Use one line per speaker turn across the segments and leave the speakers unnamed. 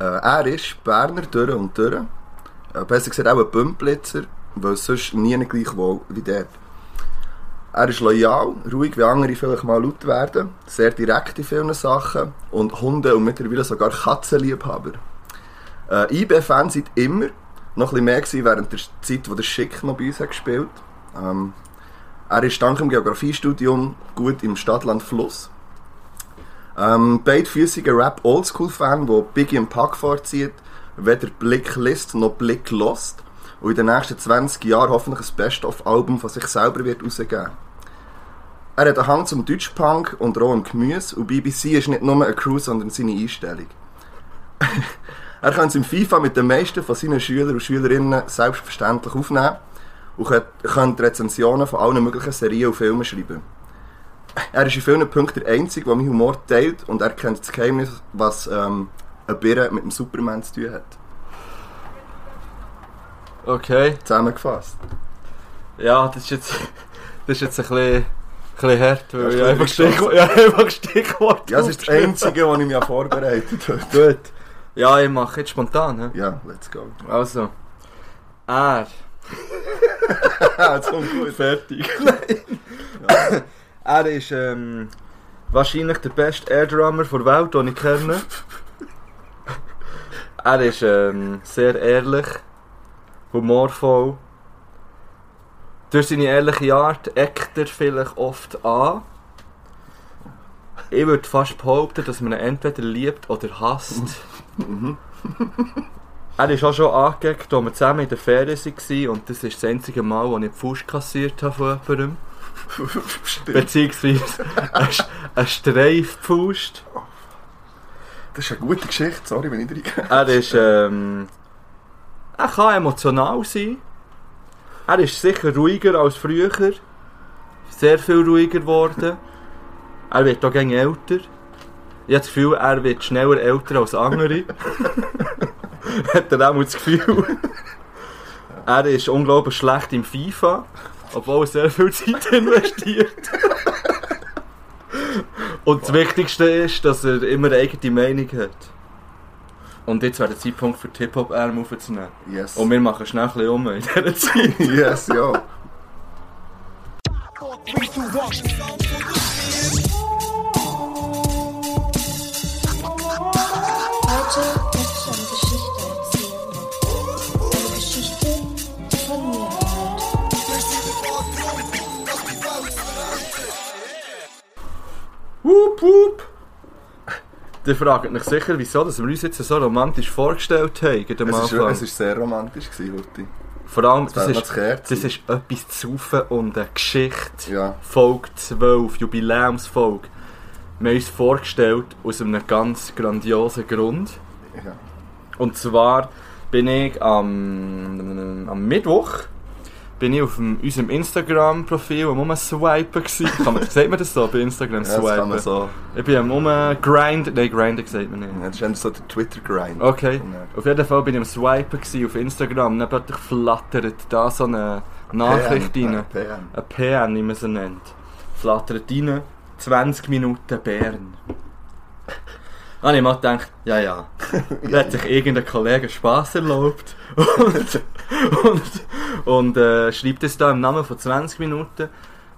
Äh, er ist Berner durch und durch. Äh, besser gesagt auch ein Pümplitzer, weil sonst nie gleich wohl wie dort. Er ist loyal, ruhig, wie andere vielleicht mal laut werden, sehr direkt in vielen Sachen und Hunde und mittlerweile sogar Katzenliebhaber. Äh, IB-Fans sind immer noch ein bisschen mehr gewesen während der Zeit, wo der Schick noch bei uns hat gespielt ähm, Er ist dank dem Geografiestudium gut im Stadtland Fluss. Ähm, beidfüßiger Rap Oldschool-Fan, der Biggie im Pack vorzieht, weder Blick liest noch Blick lost und in den nächsten 20 Jahren hoffentlich ein Best-of-Album von sich selber wird rausgeben. Er hat einen Hang zum Deutschpunk und rohem Gemüse und BBC ist nicht nur eine Crew, sondern seine Einstellung. er kann es im FIFA mit den meisten von seinen Schülern und Schülerinnen selbstverständlich aufnehmen und kann- kann die Rezensionen von allen möglichen Serien und Filmen schreiben. Er ist in vielen Punkten der Einzige, der meinen Humor teilt und er kennt das Geheimnis, was ähm, eine Birne mit dem Superman zu tun hat.
Okay.
Zusammengefasst.
Ja, das ist jetzt, das ist jetzt ein bisschen, ein bisschen hart,
Ja,
weil
ist
ich
ein
einfach
bisschen
Stichwort, ja, einfach Stichwort
Ja, das ist das
aufgeschrieben
Einzige, was ich mir vorbereitet habe.
habe. Gut. Ja, ich mache jetzt spontan. hä?
Ja, let's go.
Also. Er.
Ah, jetzt kommt gut.
Fertig. er ist ähm, wahrscheinlich der beste Airdrummer der Welt, den ich kenne. er ist ähm, sehr ehrlich, humorvoll. Durch seine ehrliche Art eckt er vielleicht oft an. Ich würde fast behaupten, dass man ihn entweder liebt oder hasst.
Mhm.
Er ist auch schon angeguckt, als wir zusammen in der Ferien waren und das ist das einzige Mal, wo ich die Fuß kassiert habe von jemandem.
Stimmt.
Beziehungsweise ein, Sch- ein Streifpfust.
Das ist eine gute Geschichte, sorry, wenn ich reingehe.
Er ist. Ähm, er kann emotional sein. Er ist sicher ruhiger als früher. Sehr viel ruhiger geworden. Er wird auch gerne älter. Ich habe das Gefühl, er wird schneller älter als andere. Hat er auch mal das Gefühl. Er ist unglaublich schlecht im FIFA, obwohl er sehr viel Zeit investiert. Und das Wichtigste ist, dass er immer eine eigene Meinung hat. Und jetzt wäre der Zeitpunkt für die Hip-Hop-Arme aufzunehmen.
Yes.
Und wir machen schnell ein bisschen um in dieser Zeit.
Yes, ja.
Heute möchte ich eine Geschichte erzählen. Eine Geschichte, die von mir handelt.
Wup, wup. Ihr fragt mich sicher, wieso dass wir uns jetzt so romantisch vorgestellt haben. gerade am
Es ist,
Anfang.
es ist sehr romantisch gewesen, Lutti.
Vor allem, das,
wäre noch
ist,
das Kerz.
das ist etwas zu saufen und eine Geschichte.
Ja.
Folge 12, Jubiläumsfolge. Wir haben uns vorgestellt aus einem ganz grandiosen Grund.
ja.
Und zwar bin ich am, am Mittwoch bin ich auf dem, unserem Instagram-Profil am Rumswipen gewesen. Kann man, sagt man das so bei Instagram?
Ja, das kann man
Swipen?
so.
Ich bin am Rumgrind... Nein, Grinden sagt man nicht.
Ja, Das ist einfach so der Twitter-Grind.
Okay.
Ja.
Auf jeden Fall bin ich am Swipen gewesen auf Instagram. Dann plötzlich flattert da so eine Nachricht
PM,
rein.
PM.
Ein PN, wie man sie nennt. Flattert rein. 20 Minuten Bern. Dann habe ich mal gedacht, ja, ja. Da hat sich irgendein Kollege Spass erlaubt. Und, und, und äh, schreibt es da im Namen von 20 Minuten.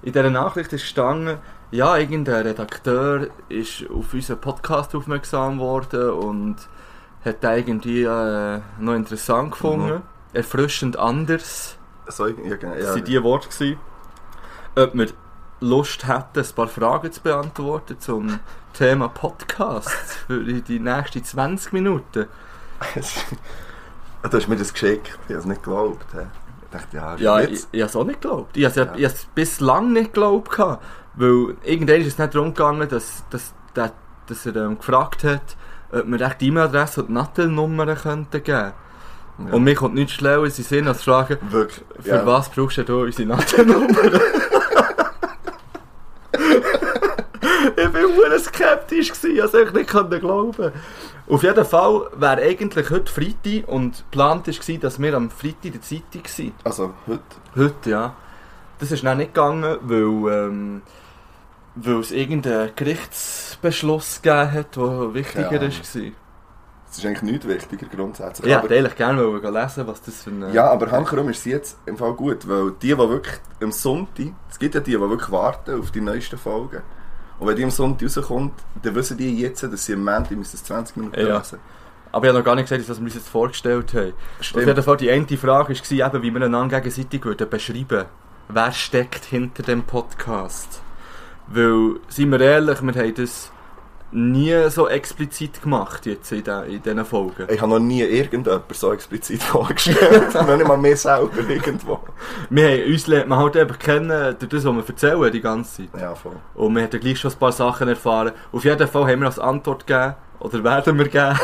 In dieser Nachricht ist gestanden, ja, irgendein Redakteur ist auf unseren Podcast aufmerksam worden und hat den irgendwie äh, noch interessant gefunden.
Mhm.
Erfrischend anders
So, ja, genau, ja.
das waren die Worte. Gewesen. Ob wir Lust hätten, ein paar Fragen zu beantworten zum Thema Podcast für die nächsten 20 Minuten.
Ah, du hast mir das geschickt, ich habe es nicht geglaubt. hä. Ich dachte, ja, ist
Ja,
ein
ich,
Witz.
ich habe es auch nicht geglaubt. Ich habe
Ja.
es bislang nicht geglaubt. gehabt, Weil irgendwann ist es nicht darum gegangen, dass, dass, dass, dass er ähm, gefragt hat, ob wir echt die E-Mail-Adresse und die Nattelnummer könnten geben
Ja.
Und mir kommt nichts schlauer in den Sinn als zu fragen,
Wirklich.
für
ja.
was brauchst du denn da unsere Nattelnummer? ich bin hure skeptisch gsi, also ich nicht konnte glauben. Auf jeden Fall wäre eigentlich heute Freitag und geplant ist gsi, dass wir am Freitag in der Zeitung waren.
Also, heute.
Heute, ja. Das ist dann nicht gegangen, weil, ähm, weil es irgendeinen Gerichtsbeschluss gegeben hat, der wichtiger
Keine
ist. gsi.
Das ist eigentlich nichts wichtiger grundsätzlich.
Ich
aber,
hätte eigentlich gerne wollen gehen lesen, was das für ein...
ja, aber Handkrumm ist sie jetzt im Fall gut, weil die, die wirklich am Sonntag, es gibt ja die, die wirklich warten auf die neuesten Folgen. Und wenn die am Sonntag rauskommt, dann wissen die jetzt, dass sie im Moment die müssen es 20 Minuten
Ja.
lesen.
Aber ich habe noch gar nicht gesagt, was wir uns jetzt vorgestellt haben. Also Auf jeden Fall, die eine Frage war, eben, wie wir einander gegenseitig würden beschreiben würden. Wer steckt hinter dem Podcast? Weil, seien wir ehrlich, wir haben das nie so explizit gemacht jetzt in, den, in diesen Folgen.
Ich habe noch nie irgendjemand so explizit vorgestellt. noch nicht mal mir selber irgendwo.
Wir haben uns lernt man halt einfach kennen durch das, was wir erzählen die ganze Zeit.
Ja, voll.
Und wir haben dann gleich schon ein paar Sachen erfahren. Auf jeden Fall haben wir als Antwort gegeben, oder werden wir geben,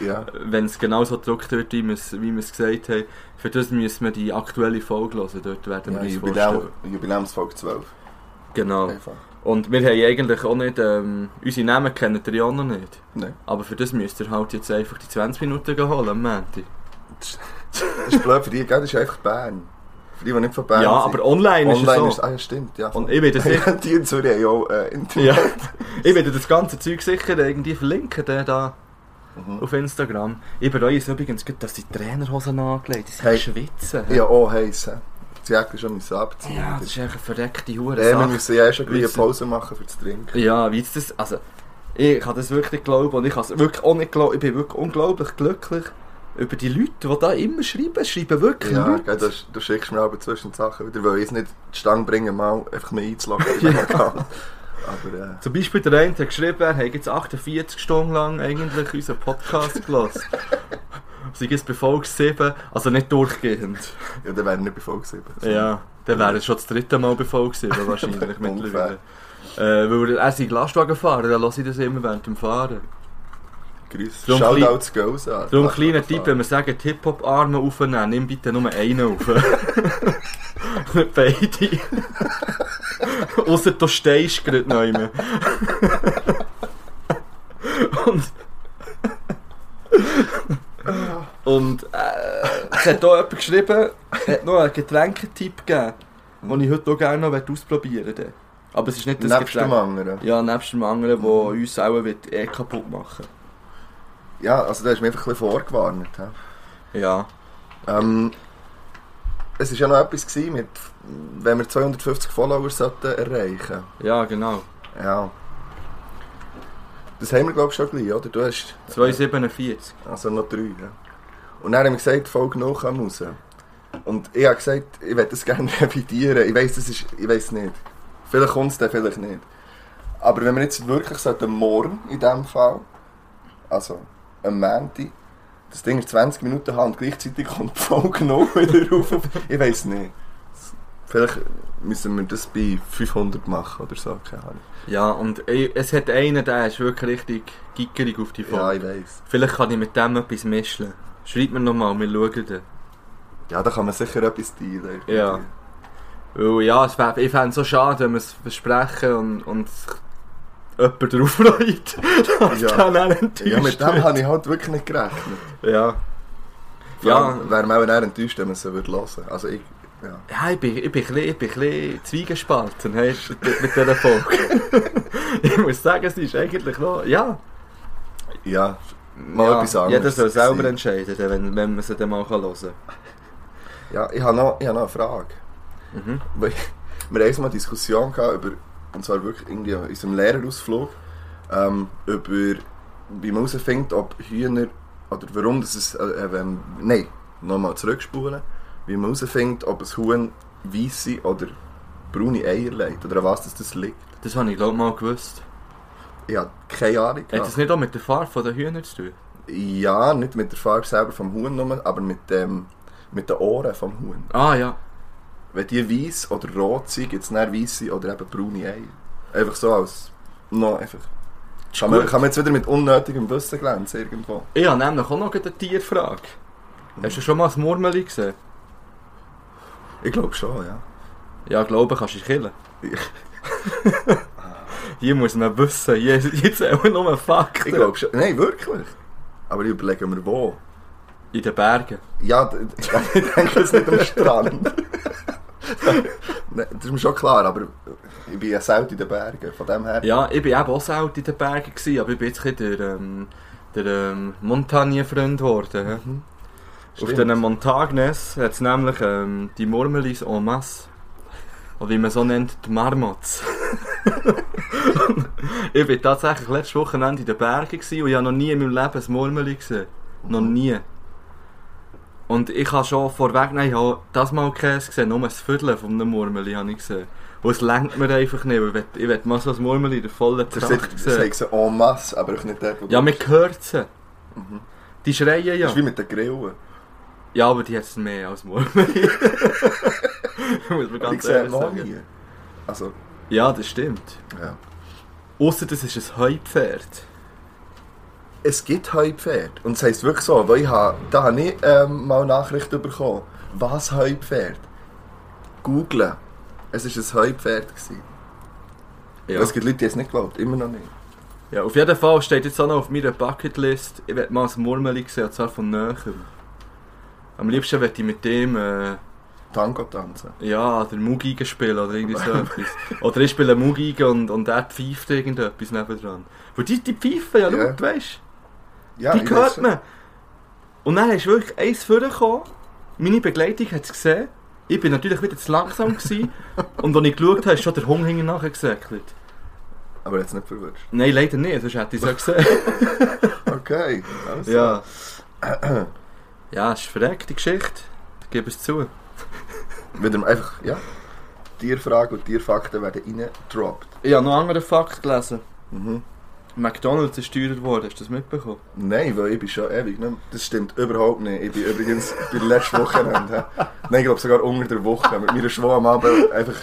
Ja.
wenn es genau so gedruckt wird, wie wir es wie wir es gesagt haben. Für das müssen wir die aktuelle Folge hören, dort werden
ja
wir uns
Jubiläum,
vorstellen.
Jubiläumsfolge 12.
Genau.
Einfach.
Und wir haben eigentlich auch nicht, ähm, unsere Namen kennen ihr ja auch noch nicht.
Nein.
Aber für das müsst ihr halt jetzt einfach die 20 Minuten gehen holen am Montag.
Das ist blöd für die, gell? Das ist einfach Bern. Für die, die nicht von Bern
Ja,
sind.
aber online,
Online
ist
ist
es so.
ah, ja, stimmt. Ja,
Und ich bin, das sicher,
die in Zürich haben ja auch äh, Internet.
ja, ich werde das ganze Zeug sicher irgendwie verlinken, der da
Mhm.
auf Instagram. Ich bereue es übrigens gut, dass die Trainerhosen angelegt sind.
Hey.
Hey. Schwitzen.
Ja, oh, heiß. hä? Die Jäger schon müssen abziehen.
ja, das ist echt eine verreckte
Äh, wir
Hure.
müssen ja schon gleich eine
Wissen.
Pause machen für das Trinken.
Ja, wie ist das? Also, ich kann das wirklich nicht glauben und ich kann es wirklich auch nicht glauben. Ich bin wirklich unglaublich glücklich über die Leute, die da immer schreiben. Schreiben wirklich
Ja,
Leute.
gell, du, du schickst mir aber zwischen die Sachen wieder, weil ich es nicht die Stange bringen mal einfach mehr einzuladen. wenn man kann. Aber äh,
Zum Beispiel der eine hat geschrieben, er hat jetzt 48 Stunden lang eigentlich unseren Podcast gelassen. Sie gibt es bei Folge 7, also nicht durchgehend.
ja, dann wären wir nicht bei Folge 7.
Ja, dann wäre es schon das dritte Mal bei Folge 7 wahrscheinlich mittlerweile.
Ungefähr.
Äh, weil er ist Lastwagenfahrer, dann lasse ich das immer während dem Fahren.
Grüß.
Drum
Shoutouts goes an.
Darum kleiner Tipp, wenn wir sagen, die Hip-Hop-Arme aufnehmen, nimm bitte nur einen auf. Nicht beide. Außer du stehst gerade noch immer. Und. Und äh, es hat hier jemand geschrieben, es hat noch einen Getränketipp gegeben, den ich heute auch gerne noch ausprobieren möchte. Aber es ist nicht das
Nebst dem
Getränk.
anderen.
Ja, nebst dem anderen, der uns auch wird eh kaputt machen
Ja, also da hast du mich einfach ein bisschen vorgewarnt. hä?
wird. Ja.
Ähm, es war ja noch etwas, gewesen mit, wenn wir 250 Follower sollten erreichen
Ja, genau.
Ja. Das haben wir, glaube ich, schon gleich, oder? Du hast
247.
also noch drei. Ja. Und dann haben wir gesagt, die Folge noch kam raus. Und ich habe gesagt, ich werde das gerne revidieren. Ich weiß, das ist, ich weiß nicht. Vielleicht kommt es dann, vielleicht nicht. Aber wenn wir jetzt wirklich sollten, morgen in diesem Fall, also am Montag, das Ding ist 20 Minuten haben und gleichzeitig kommt die Folge noch wieder rauf. Ich weiß nicht. Vielleicht müssen wir das bei 500 machen oder so, keine Ahnung.
Ja, und ey, es hat einen, der ist wirklich richtig gickerig auf die
Ja,
Folge.
ich weiß.
Vielleicht kann ich mit dem etwas mischen. Schreibt mir nochmal, wir schauen dann.
Ja, da kann man sicher etwas teilen.
Ja. Weil ja, es wär, ich fände es so schade, wenn wir es versprechen und, und sich jemand darauf freut, dass
Ja.
dann er enttäuscht
Ja, mit dem
wird.
habe ich halt wirklich nicht gerechnet.
Ja.
Vor
Ja.
allem wäre man auch eher enttäuscht, wenn man es so würde hören. Also ich, ja.
Ja, ich bin, ich bin ein bisschen, ich bin ein bisschen zwiegespalten hey, mit, mit dieser Folge. ich muss sagen, es ist eigentlich noch... Ja.
Ja, mal etwas anderes.
Jeder soll selber
gewesen.
entscheiden, dann, wenn, wenn man sie dann mal hören kann.
ja nou- ich, habe noch, ich habe noch eine Frage.
Mhm.
Weil wir haben mal eine Diskussion gehabt über, und zwar wirklich irgendwie an unserem Lehrerausflug, ähm, über wie man herausfindet, ob Hühner, oder warum das es, äh, äh, wenn- nein, nochmal zurückspulen, wie man herausfindet, ob ein Huhn weisse oder braune Eier legt, oder an was das, das liegt.
Das habe ich glaube mal gewusst.
Ich habe keine Ahnung.
Hat das nicht auch mit der Farbe der Hühner zu tun?
Ja, nicht mit der Farbe selber vom Huhn, nur, aber mit, dem, mit den Ohren vom Huhn.
Ah ja.
Wenn die weiß oder rot sind, gibt es dann weiße oder eben braune Eier. Einfach so als. No, einfach. Kann man,
gut.
kann man jetzt wieder mit unnötigem Wissen glänzen irgendwo?
Ich habe nämlich auch noch eine Tierfrage. Hast du schon mal ein Murmeli gesehen?
Ich glaube schon, ja.
Ja, glauben kannst du dich killen. hier muss man wissen, eh, hier, hier zählen nur Fakten.
Ich glaube schon. Nein, wirklich. Aber ich überlege mir wo.
In den Bergen.
Ja, d- d- ich denke jetzt nicht am Strand. Nein, das ist mir schon klar, aber ich bin ja selten in den Bergen. Von dem her.
Ja, ich war eben auch selten in den Bergen, gewesen, aber ich bin jetzt ein bisschen durch, ähm, der ähm, Montagne-Freund geworden. hä?
Mhm.
Auf
Stimmt.
diesen Montagnes hat es nämlich ähm, die Murmelis en masse. Oder wie man so nennt, die Marmots. ich war tatsächlich letztes Wochenende in den Bergen gewesen und ich habe noch nie in meinem Leben ein Murmeli gesehen. Noch nie. Und ich habe schon vorweg, nein, ich habe das mal keins gesehen, nur ein Viertel von einem Murmeli habe ich gesehen. Und es lenkt mir einfach nicht, weil ich will- ich will mal so ein Murmeli in der vollen
Das
Tracht
sagt- das
sehen.
sagt sie en masse, aber ich nicht dort, wo
Ja,
du
man
bist.
hört sie. Die schreien ja.
Das ist wie mit den Grillen.
Ja, aber die hat es mehr als Murmeli. Muss man
Aber ich
ganz
sehe
ehrlich
noch
sagen.
nie. Also,
Ja, das stimmt.
ja.
Außer das ist ein Heupferd.
Es gibt Heupferd. Und es heisst wirklich so, weil ich habe, da habe ich ähm, mal Nachrichten bekommen. Was Heupferd? Googlen. Es war ein Heupferd. gewesen.
Ja.
Es gibt Leute, die es nicht glaubt. Immer noch nicht.
ja, auf jeden Fall steht jetzt auch noch auf meiner Bucketlist, ich werde mal ein Murmeli sehen, und zwar von Nähem. Am liebsten würde ich mit dem, äh,
Tango tanzen.
ja, den Mugige spielen oder irgendwie so etwas. Oder ich spiele Mugige und, und er pfeift irgendetwas nebendran. Weil die, die pfeifen
Ja.
ja laut, weißt du?
Ja,
die
ich weiss
hört
schon.
man. Und dann ist wirklich eins vorgekommen. Meine Begleitung hat es gesehen. Ich bin natürlich wieder zu langsam. Gewesen. und als ich geschaut habe, ist schon der Hund hinten nachgesäckelt.
Aber jetzt nicht verwirrt.
Nein, leider nicht, sonst hätte ich es ja gesehen.
Okay. Also.
ja. ja, es ist verreckt, die Geschichte. Ich gebe es zu.
Wieder mal einfach, ja. Tierfragen und Tierfakten werden reingedroppt.
Ich habe noch einen anderen Fakt gelesen.
Mhm.
McDonalds ist teurer geworden, hast du das mitbekommen?
Nein, weil ich bin schon ewig. Ne? Das stimmt überhaupt nicht. Ich bin übrigens bei letzten Wochenende. hä? Nein, ich glaube sogar unter der Woche. Mit meiner Schwau am Abend einfach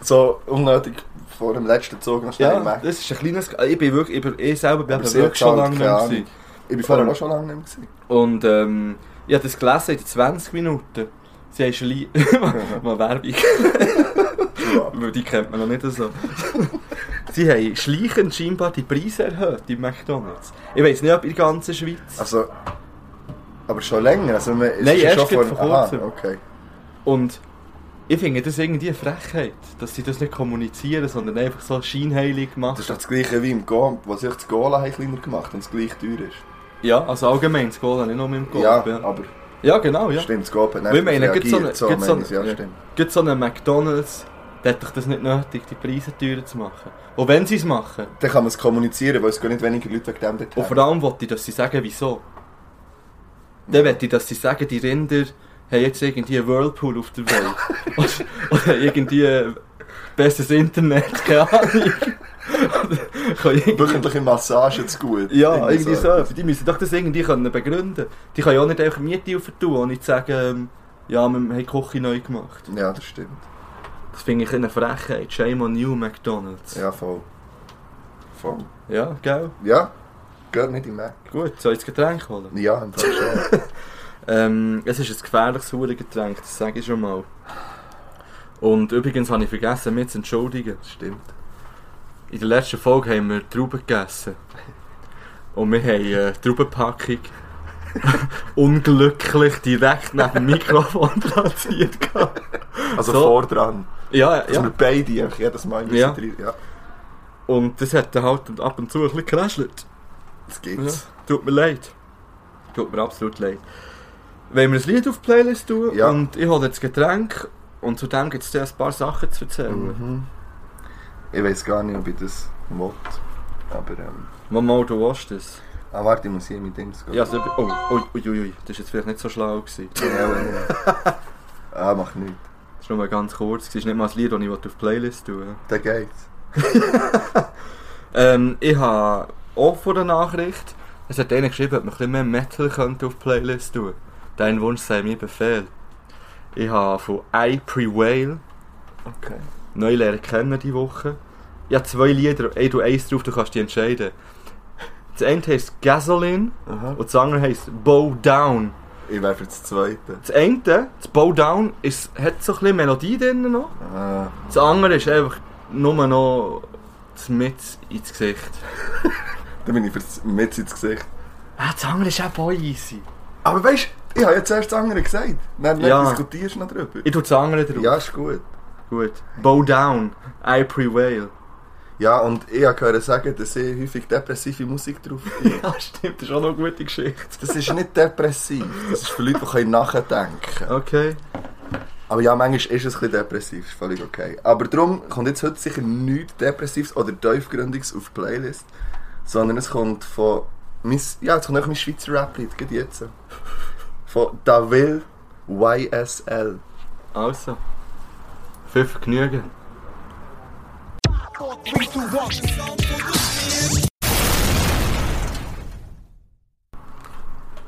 so unnötig vor dem letzten Zug noch schnell ja,
das ist ein kleines... Ich bin wirklich... Ich, bin, ich selber bin
Aber
eben
sehr
wirklich schon
zahlt,
lange nicht
keine
mehr.
Ahnung.
gewesen.
Ich bin vorher auch schon lange nicht mehr.
Und ähm, ich habe das gelesen in den 20 Minuten. Sie haben schon mal Werbung,
gewesen.
weil die kennt man noch nicht so. Sie haben schleichend scheinbar die Preise erhöht in McDonalds. Ich weiß nicht, ob in der ganzen Schweiz.
Also, aber schon länger. Also, man, es
Nein,
ist ja schon
erst gerade vor
aha,
kurzem.
okay.
Und ich finde das irgendwie eine Frechheit, dass sie das nicht kommunizieren, sondern einfach so scheinheilig
Das
machen.
ist doch das gleiche wie im Go, was ich das Gola haben kleiner gemacht und es gleich teuer ist.
Ja, also allgemein, das Goal nicht nur mit dem Goal.
ja,
ja.
aber
ja genau, ja.
stimmt, das Go hat nicht
Weil ich meine, gibt so
reagiert,
eine-
so
gibt so
meine ich,
eine-
ja,
ja.
stimmt.
Gibt so einen McDonalds, der hat doch das nicht nötig, die Preise teurer zu machen. Und wenn sie es machen,
Dann kann man es kommunizieren, weil es gar nicht weniger Leute wegen dem dort
Und vor allem wollte ich, dass sie sagen, wieso. Dann wollte ich, dass sie sagen, die Rinder haben jetzt irgendwie einen Whirlpool auf der Welt. oder, oder irgendwie ein besseres Internet, keine Ahnung. Oder können irgendwie-
Wöchentliche Massage zu gut.
ja, irgendwie so. etwas. Die müssen doch das irgendwie können begründen Die können ja auch nicht einfach Miete aufentun und nicht sagen, ähm, ja, wir haben die Küche neu gemacht.
Ja, das stimmt.
Das finde ich eine Frechheit. Shame on you, McDonalds.
Ja, voll. Voll.
ja gell?
Ja, geht nicht im Mac.
Gut, soll ich das Getränk holen?
Ja, im Fall schon.
Ähm, es ist ein gefährliches Hurengetränk, das sage ich schon mal. Und übrigens habe ich vergessen, mich zu entschuldigen.
stimmt.
In der letzten Folge haben wir Trauben gegessen. Und wir haben äh, die Traubenpackung unglücklich direkt neben dem Mikrofon platziert. gehabt.
Also
So.
vor dran.
Ja, ja,
Dass wir
ja.
beide einfach jedes Mal müssen
Ja.
rein. Ja,
Und das hat dann halt ab und zu ein bisschen geraschelt.
das
Ja.
gibt's.
Tut mir leid. Tut mir absolut leid. Wenn wir ein Lied auf die Playlist tun
Ja.
und ich hole das Getränk und zu dem gibt es ein paar Sachen zu erzählen.
Mhm. Ich weiß gar nicht, ob ich das will. Aber, ähm...
Mama, du warst es.
Ah, warte, ich muss hier mit dem gehen.
Ja, so, oh, oh, ui, ui, ui, das war jetzt vielleicht nicht so schlau. Gewesen.
Ja, ja, ja. Ah, mach nicht.
Das war nur mal ganz kurz. Das ist nicht mal ein Lied, das ich auf die Playlist tun will.
Da geht's.
ähm, Ich habe auch von der Nachricht, es hat einer geschrieben, ob man ein bisschen mehr Metal könnte auf die Playlist tun Dein Wunsch sei mir Befehl. Ich habe von I Prevail
Okay.
neu lernen kennen diese Woche. Ich habe zwei Lieder, ey, du eins drauf, du kannst dich entscheiden. Das eine heisst Gasoline
Aha.
und das andere heisst Bow Down.
Ich wäre für das Zweite.
Das eine, das Bow Down, ist, hat so ein bisschen Melodie drin noch.
Ah,
Das andere ist einfach nur noch das Mitz ins Gesicht.
dann bin ich für das Metz ins Gesicht.
Ah, das andere ist auch voll easy.
Aber weißt du, ich habe ja zuerst das andere gesagt. Dann
Ja.
ja. diskutierst du noch drüber.
Ich tue das andere drauf.
Ja, ist gut.
Gut. Bow Down, I Prevail.
Ja, und ich habe gehört sagen, dass ich häufig depressive Musik drauf
Ja, stimmt, das ist auch noch eine gute Geschichte.
Das ist nicht depressiv. Das ist für Leute, die können nachdenken können.
Okay.
Aber ja, manchmal ist es ein bisschen depressiv. Ist völlig okay. Aber darum kommt jetzt heute sicher nichts Depressives oder Tiefgründiges auf die Playlist. Sondern es kommt von... Mein, ja, jetzt kommt auch mein Schweizer Rap-Lied, gerade jetzt. Von Davil YSL.
Also. Viel Vergnügen.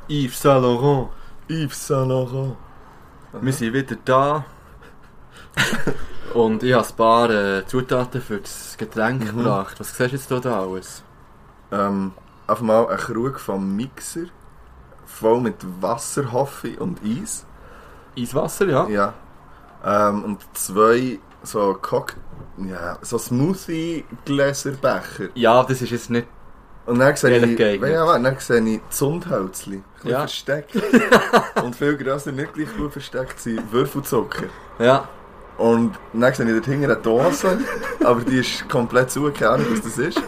Yves Saint Laurent,
Yves Saint Laurent.
wir sind wieder da. Und ich habe ein paar äh, Zutaten für das Getränk
Mhm.
gebracht. Was siehst du jetzt hier da alles?
Ähm, auf einmal ein Krug vom Mixer. Voll mit Wasser, hoffe ich, und Eis.
Eiswasser, ja?
Ja. Ähm, und zwei so Cock ja, so Smoothie-Gläserbecher.
Ja, das ist jetzt nicht...
Und dann sehe
Ehrlich
ich,
geeignet.
ja, warte, dann sehe ich Zundhölzchen. Ein bisschen
Ja.
versteckt. und viel grösser, nicht gleich gut versteckt sind, Würfelzucker.
Ja.
Und dann sehe ich dort hinten eine Dose, aber die ist komplett zu, keine Ahnung, was das ist.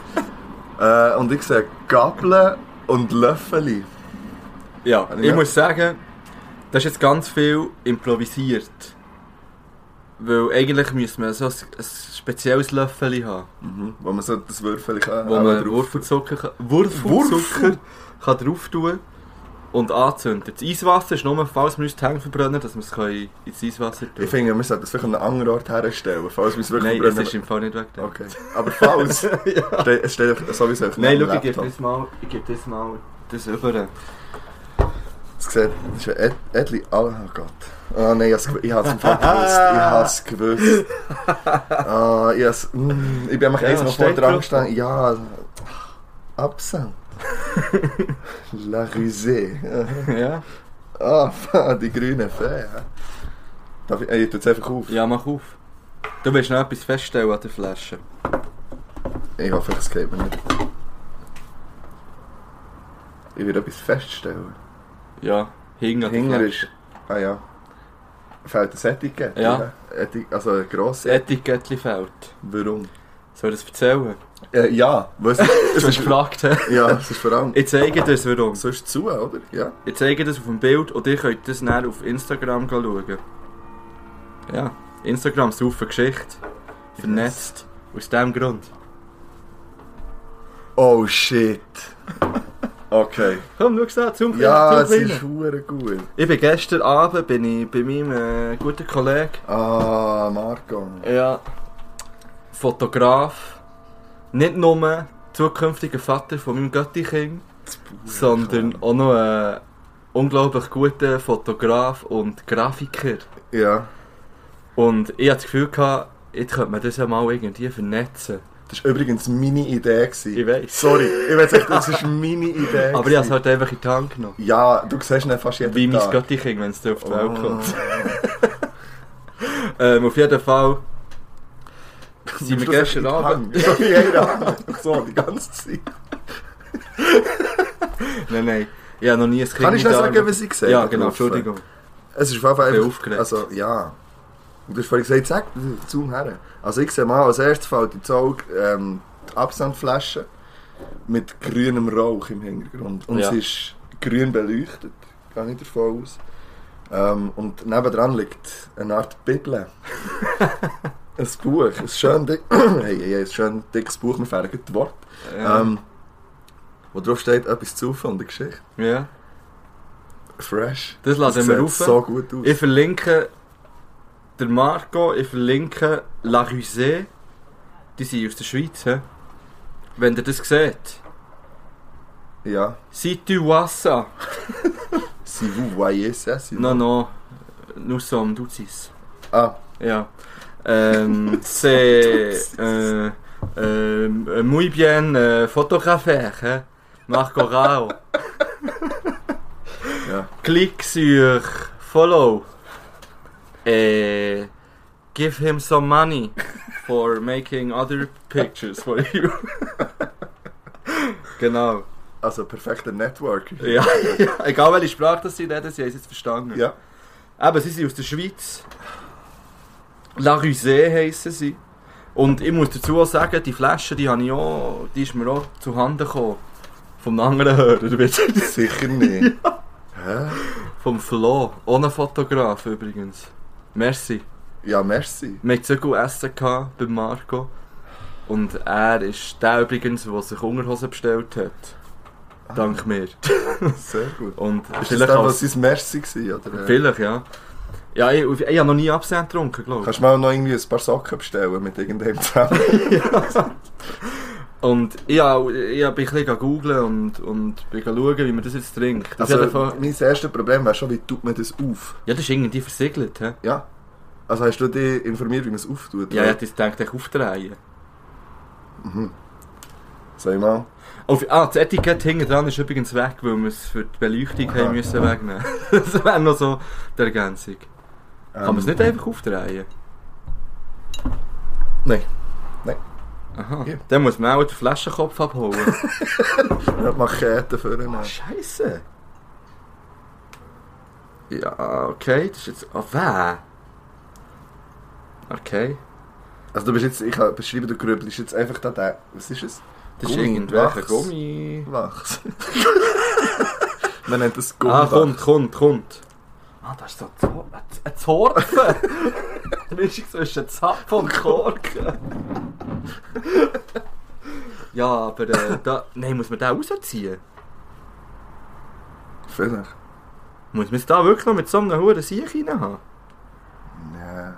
Äh, und ich sehe Gabeln und Löffel.
Ja,
Also,
ich
ja.
muss sagen, das ist jetzt ganz viel improvisiert. Weil eigentlich müsste man so ein, ein spezielles Löffel haben,
Mhm. Wo man so das Würfel kann.
wo
auch
man
drauf-
Wurfelzucker, kann- Wurfelzucker
Wurfel?
kann drauf tun und anzünden. Das Eiswasser ist nur, falls wir uns die Hände verbrennen, dass wir es können ins Eiswasser tun
Ich finde, wir sollten das vielleicht an einem anderen Ort herstellen, falls wir es wirklich
Nein, es
brennen-
ist im Fall nicht weg.
Okay. Aber falls, ste- es steht einfach sowieso auf
Nein,
meinem
schau, ich gebe
Laptop.
das mal, ich gebe das mal das über.
Es sieht, es ist ein Ed- Edli. Oh, oh Gott. Oh nein, ich hab's gew- ich hab's im Fall gewusst. Ich hab's gewusst. Oh, ich, hab's, mm, ich bin einfach
Ja,
eins noch vor
steht
dran
drauf.
gestanden. Ja, Absent. La Rusée.
ja?
Ah, oh, die grüne Fee. hä? Darf ich, ich tu's einfach auf.
ja, mach auf. Du willst noch etwas feststellen an der Flasche.
Ich hoffe, ich escape nicht. Ich will etwas feststellen.
Ja, hinten an der
Hinger
Flasche.
ist. Ah ja. Fehlt das Etikett?
Ja.
oder? Eti also eine
Das
grosse.
Etikettchen fehlt.
Warum?
Soll ich das erzählen?
Äh, ja, was?
Du hast gefragt, hä?
ja, es ist vor allem.
Ich zeige dir das, warum.
Sonst zu, oder? Ja.
Ich zeige das auf dem Bild und ihr könnt das näher auf Instagram schauen. Ja, Instagram ist eine Geschichte. Vernetzt. Aus diesem Grund.
Oh shit. Okay.
Komm, schau da, zum
Ja, es
Kleinen,
ist
zum Kleinen.
hure gut.
Ich bin gestern Abend bin ich bei meinem äh, guten Kollegen,
Ah, Marco.
ja, Fotograf, nicht nur zukünftiger Vater von meinem Götti-Kind, sondern auch noch ein unglaublich guter Fotograf und Grafiker.
Ja.
Und ich hatte das Gefühl, gehabt, jetzt könnte man das ja mal irgendwie vernetzen.
Das war übrigens meine Idee.
Ich
Gewesen.
weiß.
Sorry, ich will sagen, das war meine Idee.
Aber ich habe es halt einfach in die Hand genommen.
Ja, du siehst ihn fast jeden
Wie mein
Tag.
Götti-Kind, wenn es dir auf die Welt kommt.
Oh.
Ähm, auf jeden Fall sind wir
Am Schluss
gestern
hast du
Abend...
die Hand. So, ja, ja. so, die ganze Zeit.
Nein, nein. Ich habe noch nie ein Kind
Kann ich
in
noch
die
sagen,
Arme-
was ich gesehen
Ja, genau, Entschuldigung.
Es ist auf jeden Fall
Ich bin
einfach...
aufgeregt.
Also, ja. Und du hast vorhin gesagt, sag, zoom her. Also ich sehe mal, als erstes fällt ins Auge ähm, die Absandflasche mit grünem Rauch im Hintergrund. Und
Ja.
sie ist grün beleuchtet, gehe ich davon aus. Ähm, und nebendran liegt eine Art Bibel. ein Buch, ein schön, dick, hey, hey, hey, ein schön dickes Buch, mir fehlen gerade die Worte.
Ja.
Ähm, wo drauf steht, etwas zu von der Geschichte.
ja.
Fresh.
Das lassen wir
sieht
rauf.
so gut aus.
Ich verlinke der Marco, ich verlinke La Rusée. Die sind aus der Schweiz, hä? Wenn ihr das seht.
Ja.
Situassa.
Si vous voyez ça, si
Non, non. Nous sommes doutis.
Ah,
Ja. Ähm, c'est euh, euh, muy bien euh, photographié, hä? Marco Rao.
Ja.
Clique sur follow. Et give him some money for making other pictures for you. genau.
also perfekter Networker.
Ja, ja. Egal welche Sprache das sie reden, sie haben es jetzt verstanden.
Ja.
Eben, sie sind aus der Schweiz. La Rusée heissen sie. Und ich muss dazu auch sagen, die Flasche, die, habe ich auch, die ist mir auch zu Handen gekommen. Vom anderen Hörer, bitte.
Sicher nicht. Hä?
Vom Flo, ohne Fotograf übrigens. Merci.
Ja, merci.
Wir hatten Zügel essen gehabt bei Marco. Und er ist der übrigens, der sich Hungerhosen bestellt hat. Dank mir.
Sehr gut.
Und
Ah. Ist das
vielleicht,
dann, was
als,
sein Merci war? Oder? äh?
vielleicht, ja. Ja, ich, ich, habe noch nie Absent getrunken, glaube ich.
Kannst du mal noch irgendwie ein paar Socken bestellen mit irgendeinem zusammen?
Und ich, habe- ich bin ein bisschen googeln und, und bin schauen, wie man das jetzt trinkt. Das ist
Also,
jeden Fall,
mein erstes Problem wäre schon, wie tut man das auf?
ja, das ist irgendwie versiegelt. He?
Ja. Also hast du dich informiert, wie man es auftut?
Ja, ich hätte jetzt gedacht, ich aufdrehen.
Sag mal.
Auf, ah, das Etikett hinten dran ist übrigens weg, weil wir es für die Beleuchtung
Aha.
haben müssen wegnehmen. Das wäre noch so die Ergänzung. Kann
Ähm,
man es nicht einfach aufdrehen?
Nein.
Aha.
Ja.
Dann muss man auch den Flaschenkopf abholen.
Ja, die Makete vorne.
Scheiße. Ja, okay, das ist jetzt. Oh, weh. Okay.
Also du bist jetzt, ich kann beschreiben, du grübelst jetzt einfach da der, was ist es?
Das ist
Gummi,
irgendwelcher
Wachs.
Gummi.
Wachs. Man nennt das
Ah,
Gumbach.
kommt, kommt, kommt. Ah, das ist so ein Zor- ein- ein Zorfen. Die Mischung zwischen Zapf und Korken. ja, aber äh, da... Nein, muss man den rausziehen?
Vielleicht.
Muss man es da wirklich noch mit so einem hohen Sieg rein haben?
Ja,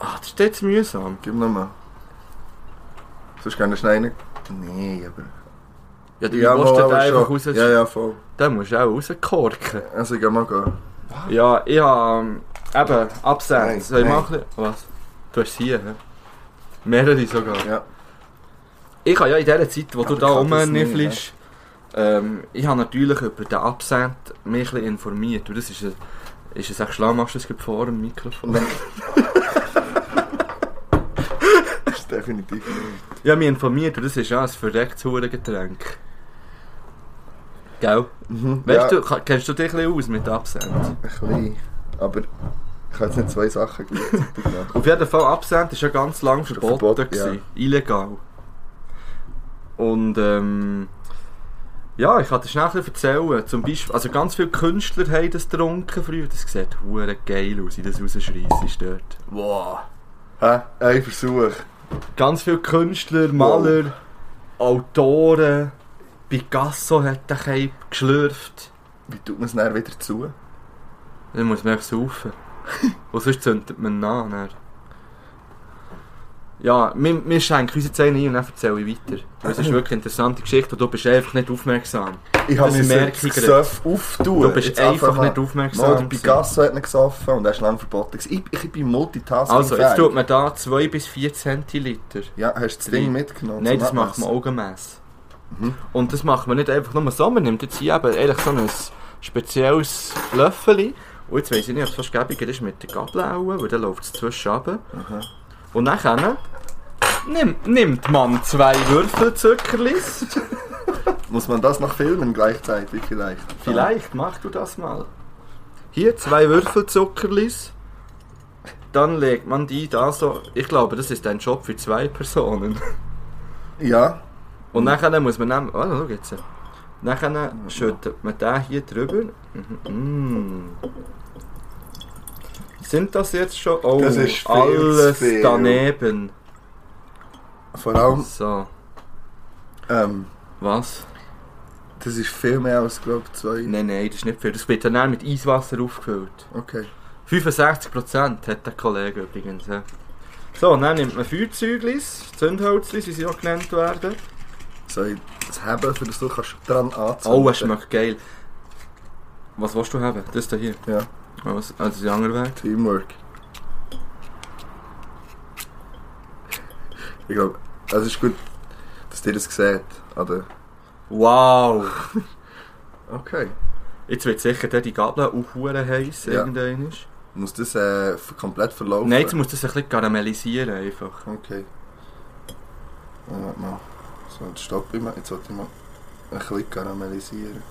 Ah, das ist jetzt mühsam.
gib nochmal. Sonst kann ich schneiden. Nee, aber...
Ja, die ja,
mal,
musst du den
aber
einfach
schon.
raus...
Ja, ja, voll.
Den musst du auch rauskorken.
Also ich geh mal gehen.
Ja, ich habe... Ähm, eben, Absatz.
Nein,
Soll ich
nein.
machen? Was? Du hast sie, hä? Mehrere sogar.
Ja.
Ich habe ja in dieser Zeit, wo
Aber
du da
ich kann das nicht,
rumniffelst, ähm, ich habe natürlich über den Absent mich ein bisschen informiert. Und das ist ein, ist ein echt schlau, machst du das gerade vor dem Mikrofon.
Nein. Das ist definitiv nicht.
Ich habe mich informiert und das ist ja ein verrecktes Hurengetränk. Gell?
Mhm.
Weißt
ja,
du, ka- kennst du dich ein bisschen aus mit Absent?
Ein klein. Aber ich habe jetzt nicht zwei Sachen gleichzeitig gemacht.
Auf jeden Fall, Absent war ja ganz lange
Ist ja
verboten.
verboten,
gewesen. Illegal. Und ähm, ja, ich kann dir schnell ein bisschen erzählen. Zum Beispiel, also ganz viele Künstler haben das getrunken früher. Das sieht hure geil aus, wie das rausschreissest dort. Wow.
Hä? Ein Versuch.
Ganz viele Künstler, Maler, Autoren. Picasso hat den Cape geschlürft.
Wie tut man es dann wieder zu?
Dann muss man einfach saufen. Und sonst zündet man ihn an. dann. Ja, wir, wir schenken uns jetzt einen ein und dann erzähle ich weiter. Weil Es ist wirklich eine interessante Geschichte und du bist einfach nicht aufmerksam.
Ich habe
Das
mir
merke
das
ich gerade.
Gesöff auftun.
Du bist
Jetzt
einfach
anfangen.
nicht
Mal, der
aufmerksam. gewesen.
Picasso hat ihn gesoffen und er ist lange verboten. gewesen. Ich, ich bin Multitasking.
Also, jetzt tut man da 2 bis 4 Zentiliter.
Ja, hast du das
Drei.
Ding mitgenommen?
Nein,
zum
das macht
Abmessen?
man Augenmess.
Mhm.
Und das macht man nicht einfach nur so. Man nimmt jetzt hier eben ehrlich so ein spezielles Löffel. Und jetzt weiss ich nicht, ob es fast gäbiger ist mit der Gabel auch, weil dann läuft es zwischen runter.
Aha.
Und nachher nimmt, nimmt man zwei Würfel Zuckerlis.
Muss man das noch filmen gleichzeitig vielleicht?
Vielleicht mach du das mal. Hier zwei Würfel Zuckerlis. Dann legt man die da so. Ich glaube, das ist ein Job für zwei Personen.
Ähm, Ja.
Und nachher muss man nehmen. Oh, schau jetzt. Nachher schüttet man den hier drüber. Mhm, mm. Sind das jetzt schon? Oh,
Das ist viel zu
alles
viel.
daneben.
Vor allem,
So,
ähm,
was?
das ist viel mehr als, glaube ich, zwei.
Nein, nein, das ist nicht viel. Das wird dann auch mit Eiswasser aufgefüllt.
Okay.
65% hat der Kollege übrigens. ja. So, und dann nimmt man Feuerzeulis, Zündhölzlis, wie sie auch genannt werden.
Soll ich das haben, für das du kannst dran anzünden?
Oh, das schmeckt geil. Was willst du haben? Das da hier?
Ja.
Also, also die andere Weg?
Teamwork. Ich glaube, also es ist gut, dass ihr das seht. Oder?
Wow!
Okay.
Jetzt wird sicher der die Gabel auch hure heiß
Ja.
irgendwann.
Muss das äh, f- komplett verlaufen?
Nein, jetzt muss das ein bisschen karamellisieren einfach.
Okay. Ja, warte mal. So, jetzt stopp ich mal. Jetzt sollte ich mal ein bisschen karamellisieren.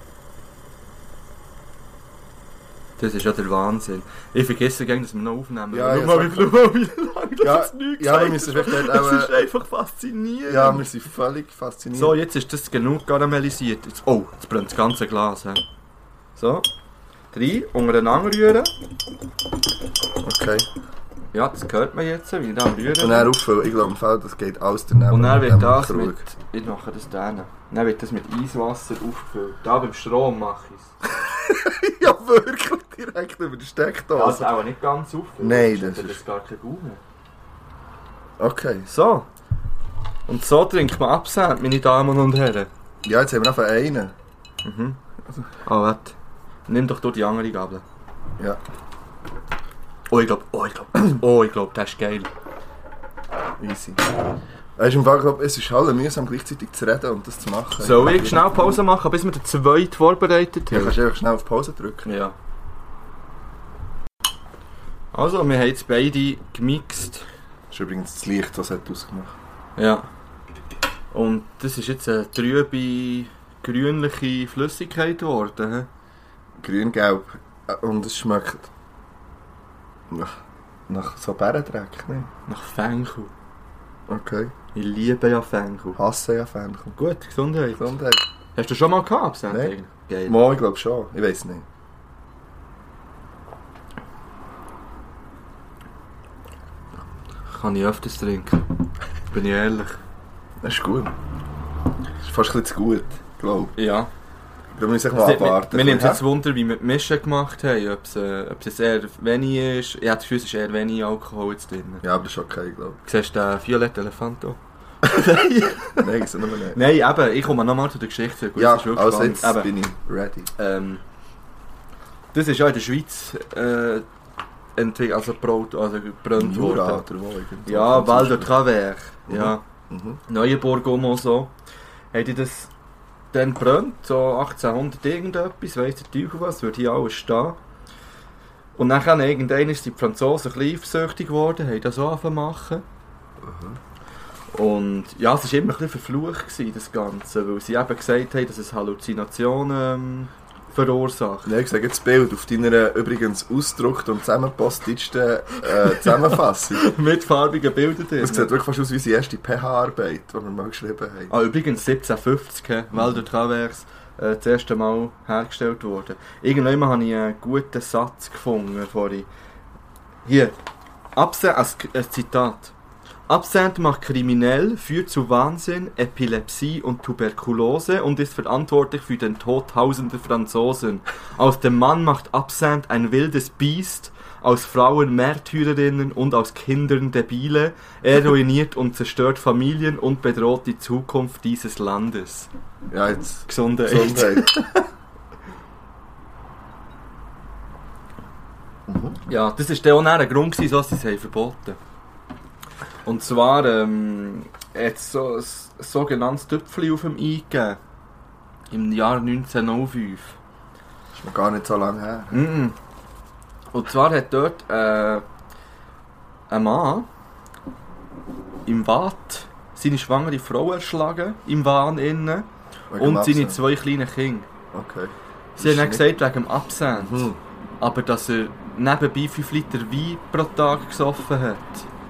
Das ist ja der Wahnsinn. Ich vergesse gerne, dass wir noch aufnehmen.
Ja,
schau
ja,
mal,
sag
wie, schau mal, wie lange das
Ja,
jetzt nichts
ja, wir
gesagt
müssen vielleicht dort
Das ist
auch... äh,
einfach faszinierend.
Ja, wir sind völlig fasziniert.
so, jetzt ist das genug karamellisiert. Jetzt, oh, jetzt brennt das ganze Glas. He. So. Drei, untereinander rühren.
Okay.
Ja, das hört man jetzt, wie ich da am Rühren
Und dann auffüllen. Ich glaube, im Fall, das geht alles daneben.
Und dann wird
Mit dem
das
Krug.
mit... Ich mache das dann. Dann wird das mit Eiswasser aufgefüllt. Da beim Strom mache ich es.
Ja, wirklich direkt über die
Das
Steckdose.
ist auch nicht ganz aufgefüllt.
Nein, das
Also, das
ist-
ist gar kein Gaumen.
Okay.
So. Und so trinkt man Absent, meine Damen und Herren.
Ja, jetzt haben wir einfach einen.
Ah, warte. Nimm doch du die andere Gabel.
Ja.
Oh, ich glaub, oh, ich glaub, oh, ich glaub, das ist geil.
Easy. Weißt du, im Fall, glaub, es ist alle mühsam, gleichzeitig zu reden und das zu machen.
Soll ich schnell Pause machen, bis wir den zweiten vorbereitet
Ja,
haben?
kannst du einfach schnell auf Pause drücken.
Ja. Also, wir haben jetzt beide gemixt.
Das ist übrigens das Licht, das hat ausgemacht.
Ja. Und das ist jetzt eine trübe, grünliche Flüssigkeit geworden.
Grün-gelb. Äh, Und es schmeckt... Nach, nach so Bärendreck, ne?
hä? Nach Fenchel.
Okay.
Ich liebe ja Fenchel.
Hasse ja Fenchel.
Gut, Gesundheit.
Gesundheit.
Hast du schon mal gehabt, Absent?
Nein.
eigentlich? Geil.
Mo, ich glaube schon. Ich weiß nicht.
Kann ich öfters trinken. Bin ich ehrlich.
Das ist gut. Das ist fast ein bisschen zu gut, glaube
Ja.
ich. Da muss ich mal
Mir
abwarten.
mir nimmt jetzt Wunder, wie wir die Mischen gemacht haben. Ob es, äh, ob es jetzt eher wenig ist. Ich habe das Gefühl, es ist eher wenig Alkohol jetzt drin.
Ja, aber das ist okay, glaube
Siehst du den violetten Elefant hier?
ich. Nein, das ist nur nicht.
Nein, eben, ich komme nochmal zu der Geschichte. zurück.
Ja,
Das ist wirklich
also
spannend.
jetzt
Eben.
bin ich ready.
Ähm, das ist ja in der Schweiz äh, entwickelt, also braut, also gebrannt worden.
oder wo? irgendwo.
Ja, Val de Travers. Ja,
Mhm.
Neuenburg um so. Hätte das dann gebrannt, so 1800 irgendetwas, weiss der Teufel was, würde hier alles stehen. Und dann irgendwann sind die Franzosen ein bisschen eifersüchtig geworden, haben das auch angefangen zu machen.
Mhm.
Und ja, es war immer ein bisschen verflucht, gewesen, das Ganze, weil sie eben gesagt haben, dass es Halluzinationen ähm, verursacht.
Nein, ich sage jetzt das Bild auf deiner übrigens ausgedruckt und zusammenpostetsten äh, Zusammenfassung.
Mit farbigen Bildern drin.
Das sieht wirklich fast aus wie unsere erste PH-Arbeit, die wir mal geschrieben haben.
Ah, übrigens 1750, hä, Val de Travers, äh, das erste Mal hergestellt worden. Irgendwann habe ich einen guten Satz gefunden vorhin. Hier, Absent, als K- ein Zitat. Absent macht kriminell, führt zu Wahnsinn, Epilepsie und Tuberkulose und ist verantwortlich für den Tod tausender Franzosen. Aus dem Mann macht Absent ein wildes Biest, aus Frauen Märtyrerinnen und aus Kindern Debile. Er ruiniert und zerstört Familien und bedroht die Zukunft dieses Landes.
Ja, jetzt.
Gesundheit.
Gesundheit.
Ja, das war dann auch nachher ein Grund, gewesen, wieso sie es haben verboten Und zwar ähm, hat es so ein sogenanntes Töpfchen auf dem Ei gegeben. Im Jahr 1905.
Ist noch gar nicht so lange her.
Mhm. Und zwar hat dort äh, ein Mann im Bad seine schwangere Frau erschlagen, im Wahn innen,
Wegen
und
Absen.
seine zwei kleinen Kinder.
Okay.
Sie haben
Das
dann
ist
gesagt, wegen dem Absent.
Mhm.
Aber dass er nebenbei 5 Liter Wein pro Tag gesoffen hat,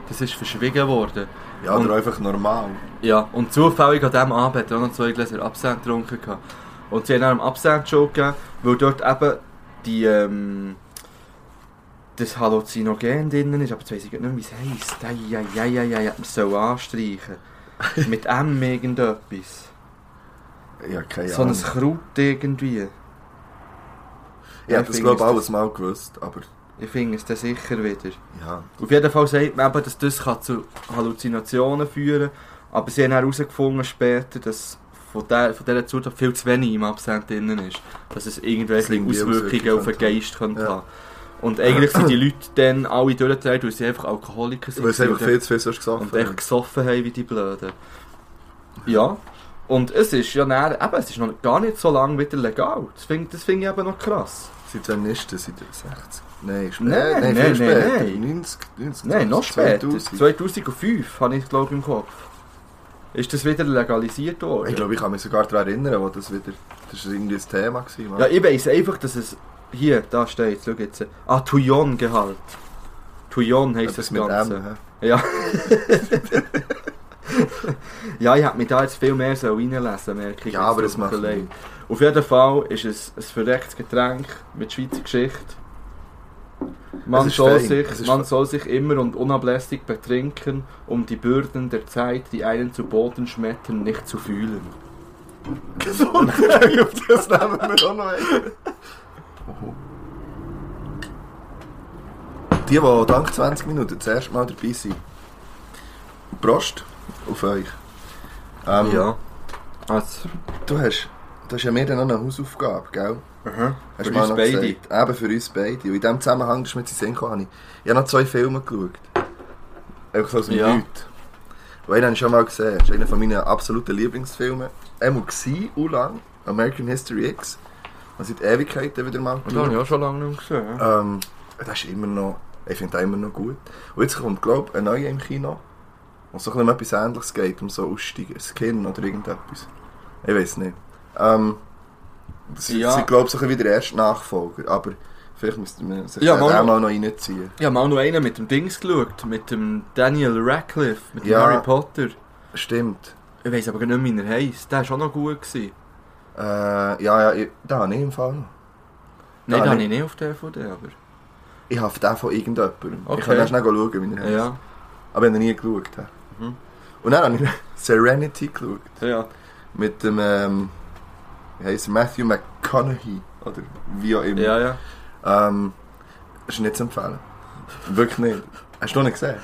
das ist verschwiegen worden.
Ja,
Und-
oder einfach normal.
Ja, und zufällig an diesem Abend hat er auch noch zwei Gläser Absent getrunken. gehabt. Und sie haben dann Absent schon gegeben, weil dort eben die, ähm, das Halluzinogen drinnen ist, aber jetzt weiss ich grad nicht, mehr, wie es heisst. Eieieiei, man soll anstreichen. Mit M irgendetwas.
Ja, keine
So ein
Ahnung.
Kraut irgendwie.
ich hätte das, glaube ich,
Nein, findest
alles mal gewusst, aber
Ich finde es dann sicher wieder.
ja.
Auf jeden Fall sagt man eben, dass das kann zu Halluzinationen führen kann. Aber sie haben auch herausgefunden später, dass von, der, von dieser Zutat viel zu wenig im Absent drin ist. Dass es
Das
irgendwelche
irgendwie
Auswirkungen auf den
Auswirkungen könnte
Geist könnte
Ja.
haben. Und eigentlich sind die Leute dann alle durchgedreht, weil sie einfach Alkoholiker sind.
Weil es einfach
und-
viel zu viel sonst gesagt
und echt gesoffen haben wie die Blöden. Ja. Und es ist ja dann, eben, es ist noch gar nicht so lange wieder legal. Das finde das find ich eben noch krass.
Seit wann ist das? Seit 60? Nein, später.
Nein,
nein,
nein,
viel später.
nein.
90, 90,
Nein, noch später.
2000.
2005 habe ich glaube im Kopf. Ist das wieder legalisiert worden?
Ich glaube, ich kann mich sogar daran erinnern, wo das wieder. Das war irgendwie ein Thema. Gewesen, Mann.
ja, ich weiß einfach, dass es Hier, da steht schau jetzt. Ah, Touillon-Gehalt. Touillon heisst
Etwas
das
mit
Ganze.
dem, hä?
Ja. ja, ich hätte mich da jetzt viel mehr so reinlesen merke ich.
Ja,
jetzt
aber das
tut mir
macht
leid.
nichts.
Auf jeden Fall ist es ein verrecktes Getränk mit Schweizer Geschichte. Man,
Es ist
soll
fein.
sich,
Es ist
man
fe-
soll sich immer und unablässig betrinken, um die Bürden der Zeit, die einen zu Boden schmettern, nicht zu fühlen.
Gesundheit, auf das nehmen wir auch noch einen. Die, die dank 20 Minuten das erste Mal dabei sind, Prost auf euch. Ähm,
Also,
Du hast, du hast ja mir dann noch eine Hausaufgabe, gell?
aha. Für
Hast du
uns
noch
beide.
gesagt. Eben für uns beide. Und in diesem Zusammenhang, das ist mir jetzt in den Sinn gekommen, habe ich, ich habe noch zwei Filme geschaut. Einfach so aus dem
Ja.
Nichts. Und einen habe ich schon mal gesehen. Das ist einer von meinen absoluten Lieblingsfilmen. Einmal gewesen, auch lang. American History X. Und seit Ewigkeiten wieder mal
Das habe ich auch schon lange nicht mehr gesehen. ja.
Ähm, das ist immer noch, ich finde das immer noch gut. Und jetzt kommt, glaube ich, ein neuer im Kino, wo es so ein bisschen um etwas Ähnliches geht, um so Aussteigen, Skin oder irgendetwas. Ich weiß nicht. Ähm, das
Ja.
ja. sind, glaube ich, so ein bisschen wie der erste Nachfolger, aber vielleicht müsste man sich
Ja,
den
mal
auch
noch-
mal noch reinziehen.
Ich habe mal noch einen mit dem Dings geschaut, mit dem Daniel Radcliffe, mit dem
Ja.
Harry Potter.
Stimmt.
Ich weiß aber gar nicht mehr, wie er heisst. Der war auch noch gut. Gewesen.
Äh, ja, ja, ich, den habe ich im Fall noch.
Nein,
Ah,
den
nee.
habe ich nicht auf der DVD, aber...
Ich habe den von irgendjemandem.
Okay.
Ich kann erst schnell schauen, wie er heißt.
Ja,
Aber ich habe nie geschaut. hä.
Mhm.
Und dann habe ich Serenity geschaut.
ja.
mit dem ähm, wie heisst er? Matthew McConaughey oder wie auch immer.
Ja, ja.
Ähm, ist nicht zu empfehlen. Wirklich nicht. Hast du noch nicht gesehen?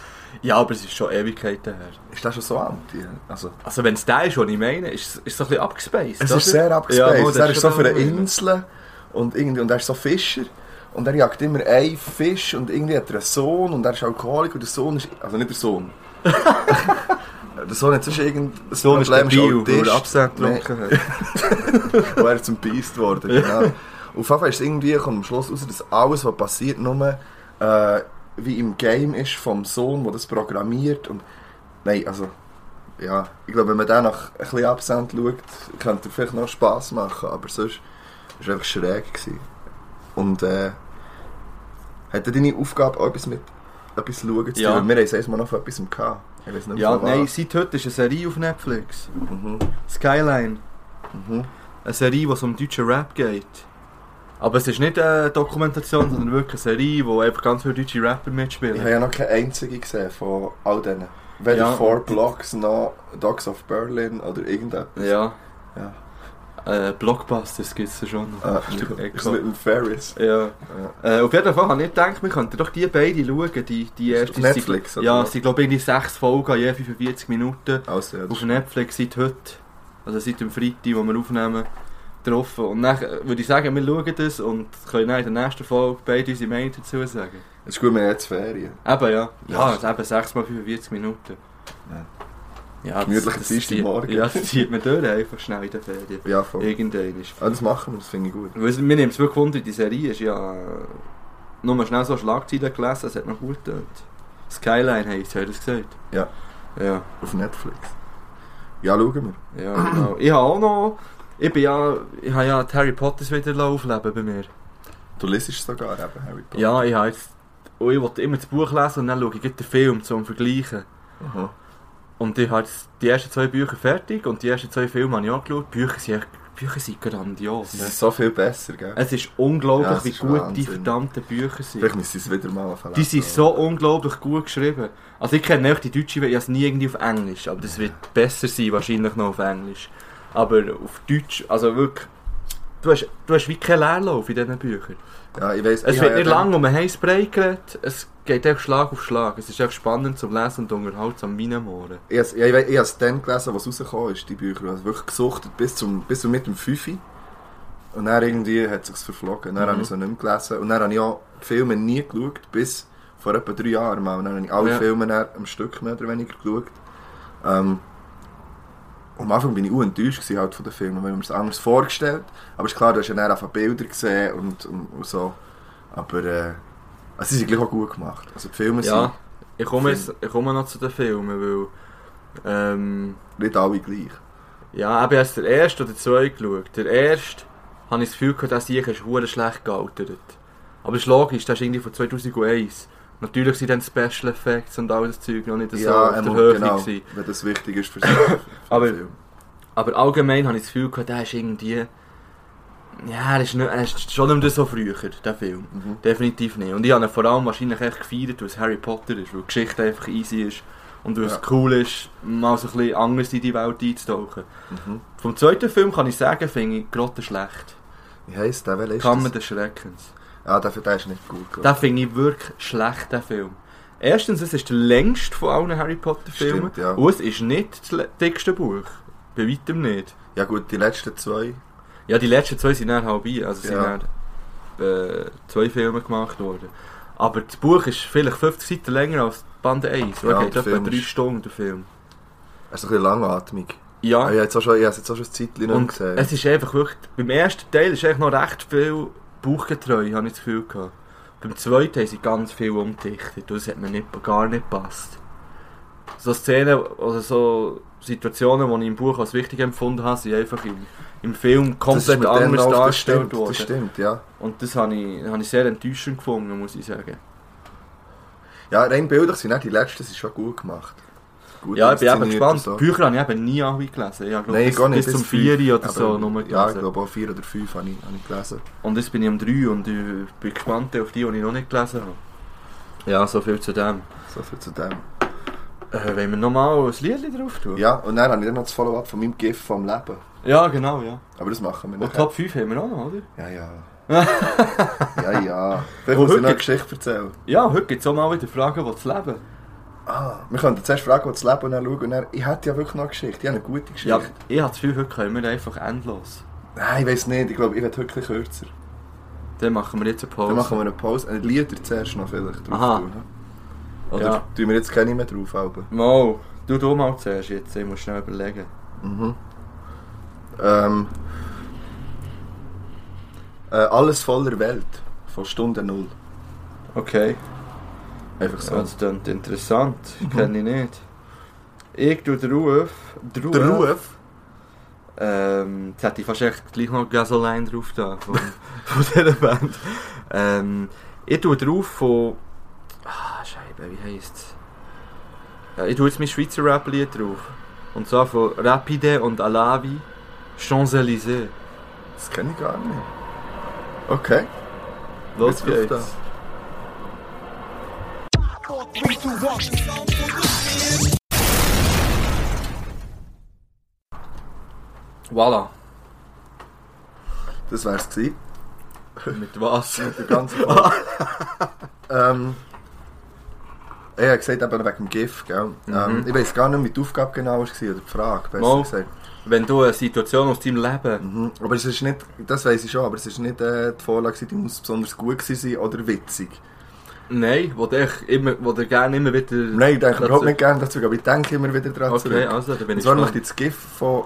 Ja, aber es ist schon Ewigkeiten her.
Ist das schon so alt? Ja. Also,
Also wenn es der ist, den ich meine, ist es so ein bisschen abgespaced,
es
oder?
ist sehr
Ja,
abgespaced.
mal, das
er
ist
ist so
schon
für eine
geil.
Insel und, irgendwie, und er ist so Fischer. Und er jagt immer einen Fisch und irgendwie hat er einen Sohn und er ist Alkoholiker und der Sohn ist... Also nicht der Sohn. der Sohn hat sonst irgendein
So ist der
Problem,
Bio, weil er
Autist.
Absent
Nee.
getrunken hat.
wo er zum Beast wurde. Genau. Auf jeden Fall ist es irgendwie, kommt am Schluss raus, dass alles, was passiert, nur äh, wie im Game ist vom Sohn, der das programmiert. Und, nein, also, ja, ich glaube, wenn man den noch ein bisschen absent schaut, könnte er vielleicht noch Spass machen, aber sonst war es einfach schräg. Gewesen. Und äh, hat denn deine Aufgabe auch etwas mit etwas schauen zu
Ja.
tun? Wir haben es erstmal noch von etwas gehabt. Ich weiß nicht,
Ja,
von was.
nein, seit heute ist eine Serie auf Netflix.
Mhm,
Skyline.
mhm.
Eine Serie, die um deutschen Rap geht. Aber es ist nicht eine Dokumentation, sondern wirklich eine Serie, wo einfach ganz viele deutsche Rapper
Ich
mitspielen.
habe ja noch keine einzige gesehen von all denen. Weder
Ja.
Four Blocks noch Dogs of Berlin oder irgendetwas.
Ja.
Ja.
Äh, Blockbusters gibt es ja schon noch.
Äh,
Ah, Stimmt,
ist
Echo.
mit dem Ferris.
Ja. Äh, auf jeden Fall habe ich gedacht, wir könnten doch die beiden schauen, die, die
Ist
erste.
auf Netflix,
Sie,
oder
ja,
was?
es sind glaube ich irgendwie sechs Folgen, je 45 Minuten.
Also, ja, das
Auf Netflix seit heute, also seit dem Freitag, wo wir aufnehmen, getroffen. Und dann äh, würde ich sagen, wir schauen das und können dann in der nächsten Folge beide unsere Meinung dazu sagen.
ist gut, wir haben jetzt Ferien.
Eben, ja. Ja,
Ja.
das eben 6 mal 45 Minuten.
Ja.
Ja, das-
Gemütlicher
das
Dienstag
zieht-
Morgen.
Ja, das zieht man durch, einfach schnell in den Ferien.
Ja, voll.
Irgendein ist.
Ah, das machen wir, das finde ich gut.
Weil es- Mir nimmt es wirklich Wunder, die Serie ist ja... äh, Nur schnell so Schlagzeilen gelesen, es hat noch gut getönt. Skyline heisst, hat er es gesagt?
Ja.
Ja.
Auf Netflix. Ja, schauen wir.
Ja, genau. ich habe auch noch... Ich bin ja... Ich habe ja die Harry Potters wieder aufleben bei mir.
Du liest es sogar eben, Harry Potter.
Ja, ich habe jetzt... Und ich wollte immer das Buch lesen und dann schaue ich gleich den Film zum Vergleichen.
Aha.
Und ich habe jetzt die ersten zwei Bücher fertig und die ersten zwei Filme habe ich angeschaut. Die Bücher sind, echt- die Bücher sind grandios.
Sie
ne?
sind so viel besser, gell?
Es ist unglaublich,
Ja, es
wie
ist
gut die
Wahnsinn.
verdammten Bücher sind.
Vielleicht müssen sie es wieder mal anfangen.
Die sind so unglaublich gut geschrieben. Also ich kenne nicht die deutsche, weil ich habe es nie irgendwie auf Englisch, aber das wird besser sein wahrscheinlich noch auf Englisch. Aber auf Deutsch, also wirklich, du hast, du hast wie keinen Leerlauf in diesen Büchern.
Ja, ich weiss,
Es
ich
wird
habe
nicht
ja
lang um einen heißen Brei geredet, es geht einfach Schlag auf Schlag. Es ist einfach spannend zum Lesen und unterhaltsam reinmohren.
Ich has- ja, ich, we- ich habe es dann gelesen, was rausgekommen ist, die Bücher. Also wirklich gesuchtet bis zum, bis zum mit dem 5. Und dann irgendwie hat es sich verflogen. Dann
Mhm.
habe ich es nicht mehr gelesen. Und dann habe ich auch die Filme nie geschaut, bis vor etwa drei Jahren mal. Und dann habe ich alle
Ja.
Filme dann am Stück mehr oder weniger geschaut. Ähm, am Anfang bin ich auch enttäuscht gewesen, halt von den Filmen, weil ich mir das anders vorgestellt Aber es ist klar, du hast ja dann auch Bilder gesehen und, und, und so. Aber äh, also sie sind gleich auch gut gemacht. Also die Filme
Ja, ich
Film.
komme, jetzt, ich komme noch zu den Filmen, weil... Ähm,
sind nicht alle gleich.
Ja, aber ich habe den ersten oder den zweiten geschaut. Der erste habe ich das Gefühl, gehabt, der Sieg ist hure schlecht gealtert. Aber ist logisch, der ist irgendwie von 2001. Natürlich sind dann Special Effects und all das Zeug noch nicht so auf der
ähm,
Höhe.
genau,
Gewesen.
wenn das wichtig ist für Mhm, sie.
Aber, aber allgemein habe ich das Gefühl, gehabt, der ist irgendwie... Ja, er ist, nicht, er ist schon nicht mehr so früher, der Film.
Mhm.
Definitiv nicht. Und ich habe ihn vor allem wahrscheinlich echt gefeiert, weil es Harry Potter ist, weil die Geschichte einfach easy ist und weil
Ja.
es cool ist, mal so ein bisschen anders in die Welt einzutauchen.
Mhm.
Vom zweiten Film kann ich sagen, finde ich grottenschlecht.
Wie heisst der? Welcher ist
Kammer
das?
des Schreckens.
Ah, der, der ist nicht gut. glaub
Den finde ich wirklich schlecht, den Film. Erstens, es ist der längste von allen Harry Potter
ich.
Filmen.
Stimmt, ja.
Und es ist nicht das le- dickste Buch. Bei weitem nicht.
Ja gut, die letzten zwei.
Ja, die letzten zwei sind dann halb ein, also sind
Ja.
dann, äh, zwei Filme gemacht worden. Aber das Buch ist vielleicht 50 Seiten länger als Band 1.
Ja,
Ja, okay,
der
etwa
Film
drei
ist-
Stunden der Film.
Er ist ein bisschen langatmig.
Ja,
Ah, ich habe jetzt auch schon, ich habe jetzt auch schon ein Zeitchen nicht
und
gesehen.
es ist einfach wirklich... Beim ersten Teil ist eigentlich noch recht viel bauchgetreu, habe ich das Gefühl gehabt. Beim zweiten haben sie ganz viel umdichtet und das hat mir nicht, gar nicht gepasst. So Szenen, also so Situationen, die ich im Buch als wichtig empfunden habe, sind einfach im, im Film
Das ist
komplett
mit denen
anders
auch- das
dargestellt
stimmt, Das
worden.
stimmt, ja.
Und das habe ich, habe ich sehr enttäuschend gefunden, muss ich sagen.
Ja, rein bildlich sind auch die letzten sind schon gut gemacht. Gut
ja, ich bin eben
inszeniert
gespannt.
und so.
Bücher habe ich eben nie alle gelesen. Ich habe, glaub,
Nein,
bis,
gar nicht.
bis zum
fünf.
4 oder
Aber-
so nur gelesen.
Ja, ich glaube auch 4 oder 5 habe ich, habe ich gelesen.
Und jetzt bin ich um 3 und ich bin gespannt auf die, die ich noch nicht gelesen habe. Ja, so viel zu dem.
So viel zu dem.
Äh, wollen wir nochmal ein Lied drauf tun?
Ja, und dann habe ich dann noch das Follow-up von meinem GIF vom Leben.
Ja, genau, ja.
Aber das machen wir
Und
nicht.
Top 5 haben wir auch noch, oder?
Ja, ja. ja, ja. Vielleicht muss
Und
ich noch
heute-
eine Geschichte erzählen.
Ja, heute gibt es auch mal wieder Fragen, die das Leben.
Ah, wir könnten zuerst fragen, was das Leben und dann schauen. Und dann, ich hätte ja wirklich noch eine Geschichte. Ich habe eine gute Geschichte.
Ja, ich habe das Gefühl, heute können wir einfach endlos.
Nein, ich weiß nicht. Ich glaube, ich werde heute ein bisschen kürzer.
Dann machen wir jetzt eine Pause.
Dann machen wir eine Pause. Ein Lieder zuerst noch vielleicht drauf
Aha.
tun. ne?
wir.
Oder
Oder?
tun wir jetzt keine mehr drauf? Aber.
Mo, du, du mal zuerst jetzt. Ich muss schnell überlegen.
Mhm. Ähm, äh, alles voller Welt. Von Stunde Null.
Okay.
Einfach so. Mhm.
Das klingt interessant, kenne ich nicht. Ich tue den Ruf. Den
Der Ruf?
Ähm, jetzt hätte ich fast echt gleich noch Gasoline drauf da, von, von dieser Band. Ähm, ich tue drauf von. Ah, Scheibe, wie heisst's? Ja, ich tue jetzt mein Schweizer Rap-Lied drauf. Und zwar von Rapide und Alavi, Champs-Élysées.
Das kenne ich gar nicht. Okay.
Los
Jetzt drauf
geht's. Voilà.
Das wär's gewesen.
Mit was?
Der ganze Fall. ähm, ich habe gesagt, eben wegen dem GIF. Gell? Ähm,
Mhm.
ich weiß gar nicht, wie die Aufgabe genau war oder die Frage. Besser
Mal.
gesagt.
Wenn du eine Situation aus deinem Leben.
Mhm. Aber es ist nicht, das weiß ich schon, aber es ist nicht äh, die Vorlage, gewesen, die muss besonders gut gewesen sein oder witzig.
Nein, wo du, echt immer, wo du gerne immer wieder.
Nein, ich denke
dazu-
überhaupt nicht gerne dazu, aber ich denke immer wieder daran
Okay,
zurück.
also, da bin
Und
ich
zwar möchte ich
gespannt.
das GIF von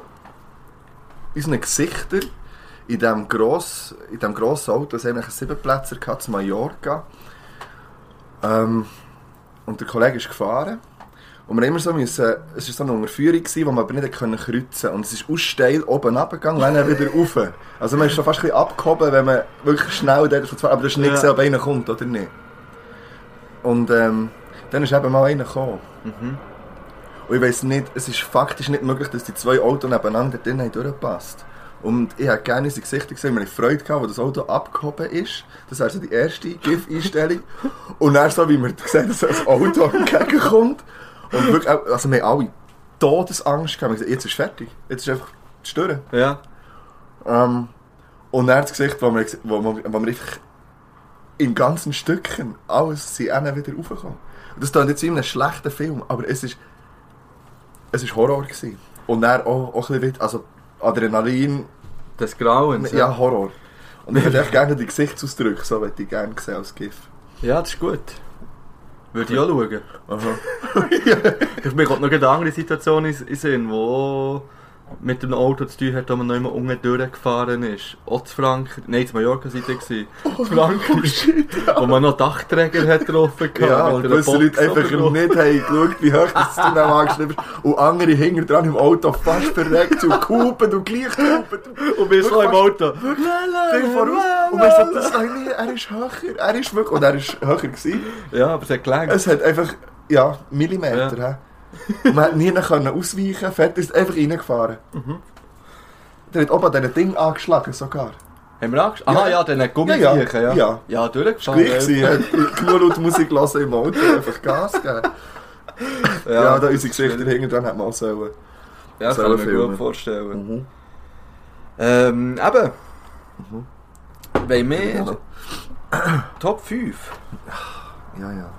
unseren Gesichtern in diesem gross, in diesem grossen Auto, das eigentlich ein Siebenplätzer gehabt, zu Mallorca. Ähm, und der Kollege ist gefahren. Und wir haben immer so müssen, es war so eine Unterführung, gewesen, wo man aber nicht können kreuzen Und es ist aus steil oben runtergegangen, dann wieder rauf. Also man ist schon fast ein bisschen abgehoben, wenn man wirklich schnell dort von zwei, aber das ist nicht
Ja.
gesehen, ob einer kommt oder nicht. Und ähm, dann ist eben mal einer gekommen.
Mhm.
Und ich weiss nicht, es ist faktisch nicht möglich, dass die zwei Autos nebeneinander drin haben durchgepasst. Und ich habe gerne unsere Gesichter gesehen, wir hatten Freude, gehabt, als das Auto abgehoben ist. Das wäre so die erste GIF-Einstellung. Und dann so, wie wir gesehen haben, dass das Auto entgegenkommt. Und wirklich, auch- also wir haben alle Todesangst gehabt. Wir haben gesagt, jetzt ist fertig. Jetzt ist einfach die Störe.
Ja.
Ähm, und dann das Gesicht, wo wir, wo, wo, wo wir einfach in ganzen Stücken alles sind auch wieder raufgekommen. Und Das klingt jetzt wie in einem schlechten Film, aber es ist, es ist Horror gewesen. Und dann auch, auch ein bisschen, wit- also Adrenalin,
Des Grauens.
ja Horror. Und ich hätte echt gerne die Gesichtsausdrücke, so hätte ich gerne gesehen als GIF.
Ja, das ist gut. Würde ich auch schauen.
Aha.
Mir kommt noch eine andere Situation in in den Sinn, wo mit einem Auto zu tun hat, das man noch immer unten durchgefahren ist. Auch zu Frank, nein, zu Mallorca seid ihr gewesen.
Oh,
Zu Frankreich. Wo man noch Dachträger hat getroffen hatte.
Ja, und
mit einer
gewisse
Box
Leute einfach
oben drauf.
nicht haben geschaut, wie hoch das Tunnel angeschrieben ist. Und andere hinten dran im Auto fast verreckt und kupen und gleich kupen.
Und wir sind noch im Auto.
Ding voraus. Und man sagt, das kann ich nicht, er ist höher, er oh, ist wirklich, und er ist höher gewesen.
Ja, aber es hat gelangt.
Es hat einfach, ja, Millimeter, hä? Und man hat nie noch können ausweichen, fertig ist einfach reingefahren. Der hat oben an diesen Ding angeschlagen sogar.
Haben wir angeschaut? Aha,
Ja.
ja, dann hat Gummiviechen,
Ja, ja.
ja.
Ja.
ja durchgefahren.
Gleich gewesen, er hat nur laut Musik hören im Auto, einfach Gas geben.
Ja,
Ja, da unsere Geschichte hinten dran hat man auch sollen.
Ja, das
Sollen
kann ich mir
filmen.
gut vorstellen.
Mhm.
Ähm, eben.
Mhm.
Bei mir. Top 5.
Ja, ja.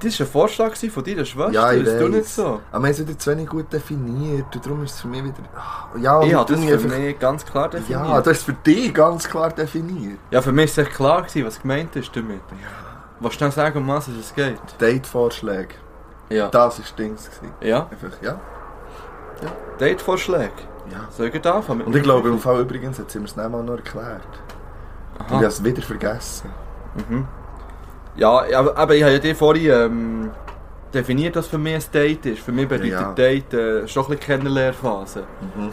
Das war ein Vorschlag gewesen von deiner Schwester.
Ja, Ah, ich
das
weiß.
du nicht so.
Aber wir haben es wieder zu wenig gut definiert und darum ist es für mich wieder... Ah, Ja,
Ich
aber
habe
du
das
nie
für mich ganz klar definiert.
Ja,
Ja,
das ist für dich ganz klar definiert.
für mich war es klar, gewesen, was gemeint ist damit. Was schnell sagen, um was es geht?
Date-Vorschläge.
Ja.
Das war das Ding. gewesen.
Ja,
Einfach, ja.
Date-Vorschläge.
ja.
Soll ich anfangen?
Und ich glaube, im Fall übrigens hat sie mir es nicht mal noch erklärt. Und ich
Aha.
habe es wieder vergessen.
Mhm. Ja, aber, aber ich habe ja dir vorhin ähm, definiert, was für mich ein Date ist. Für mich bedeutet
Ja.
Date äh, schon ein bisschen Kennenlernphase.
Mhm.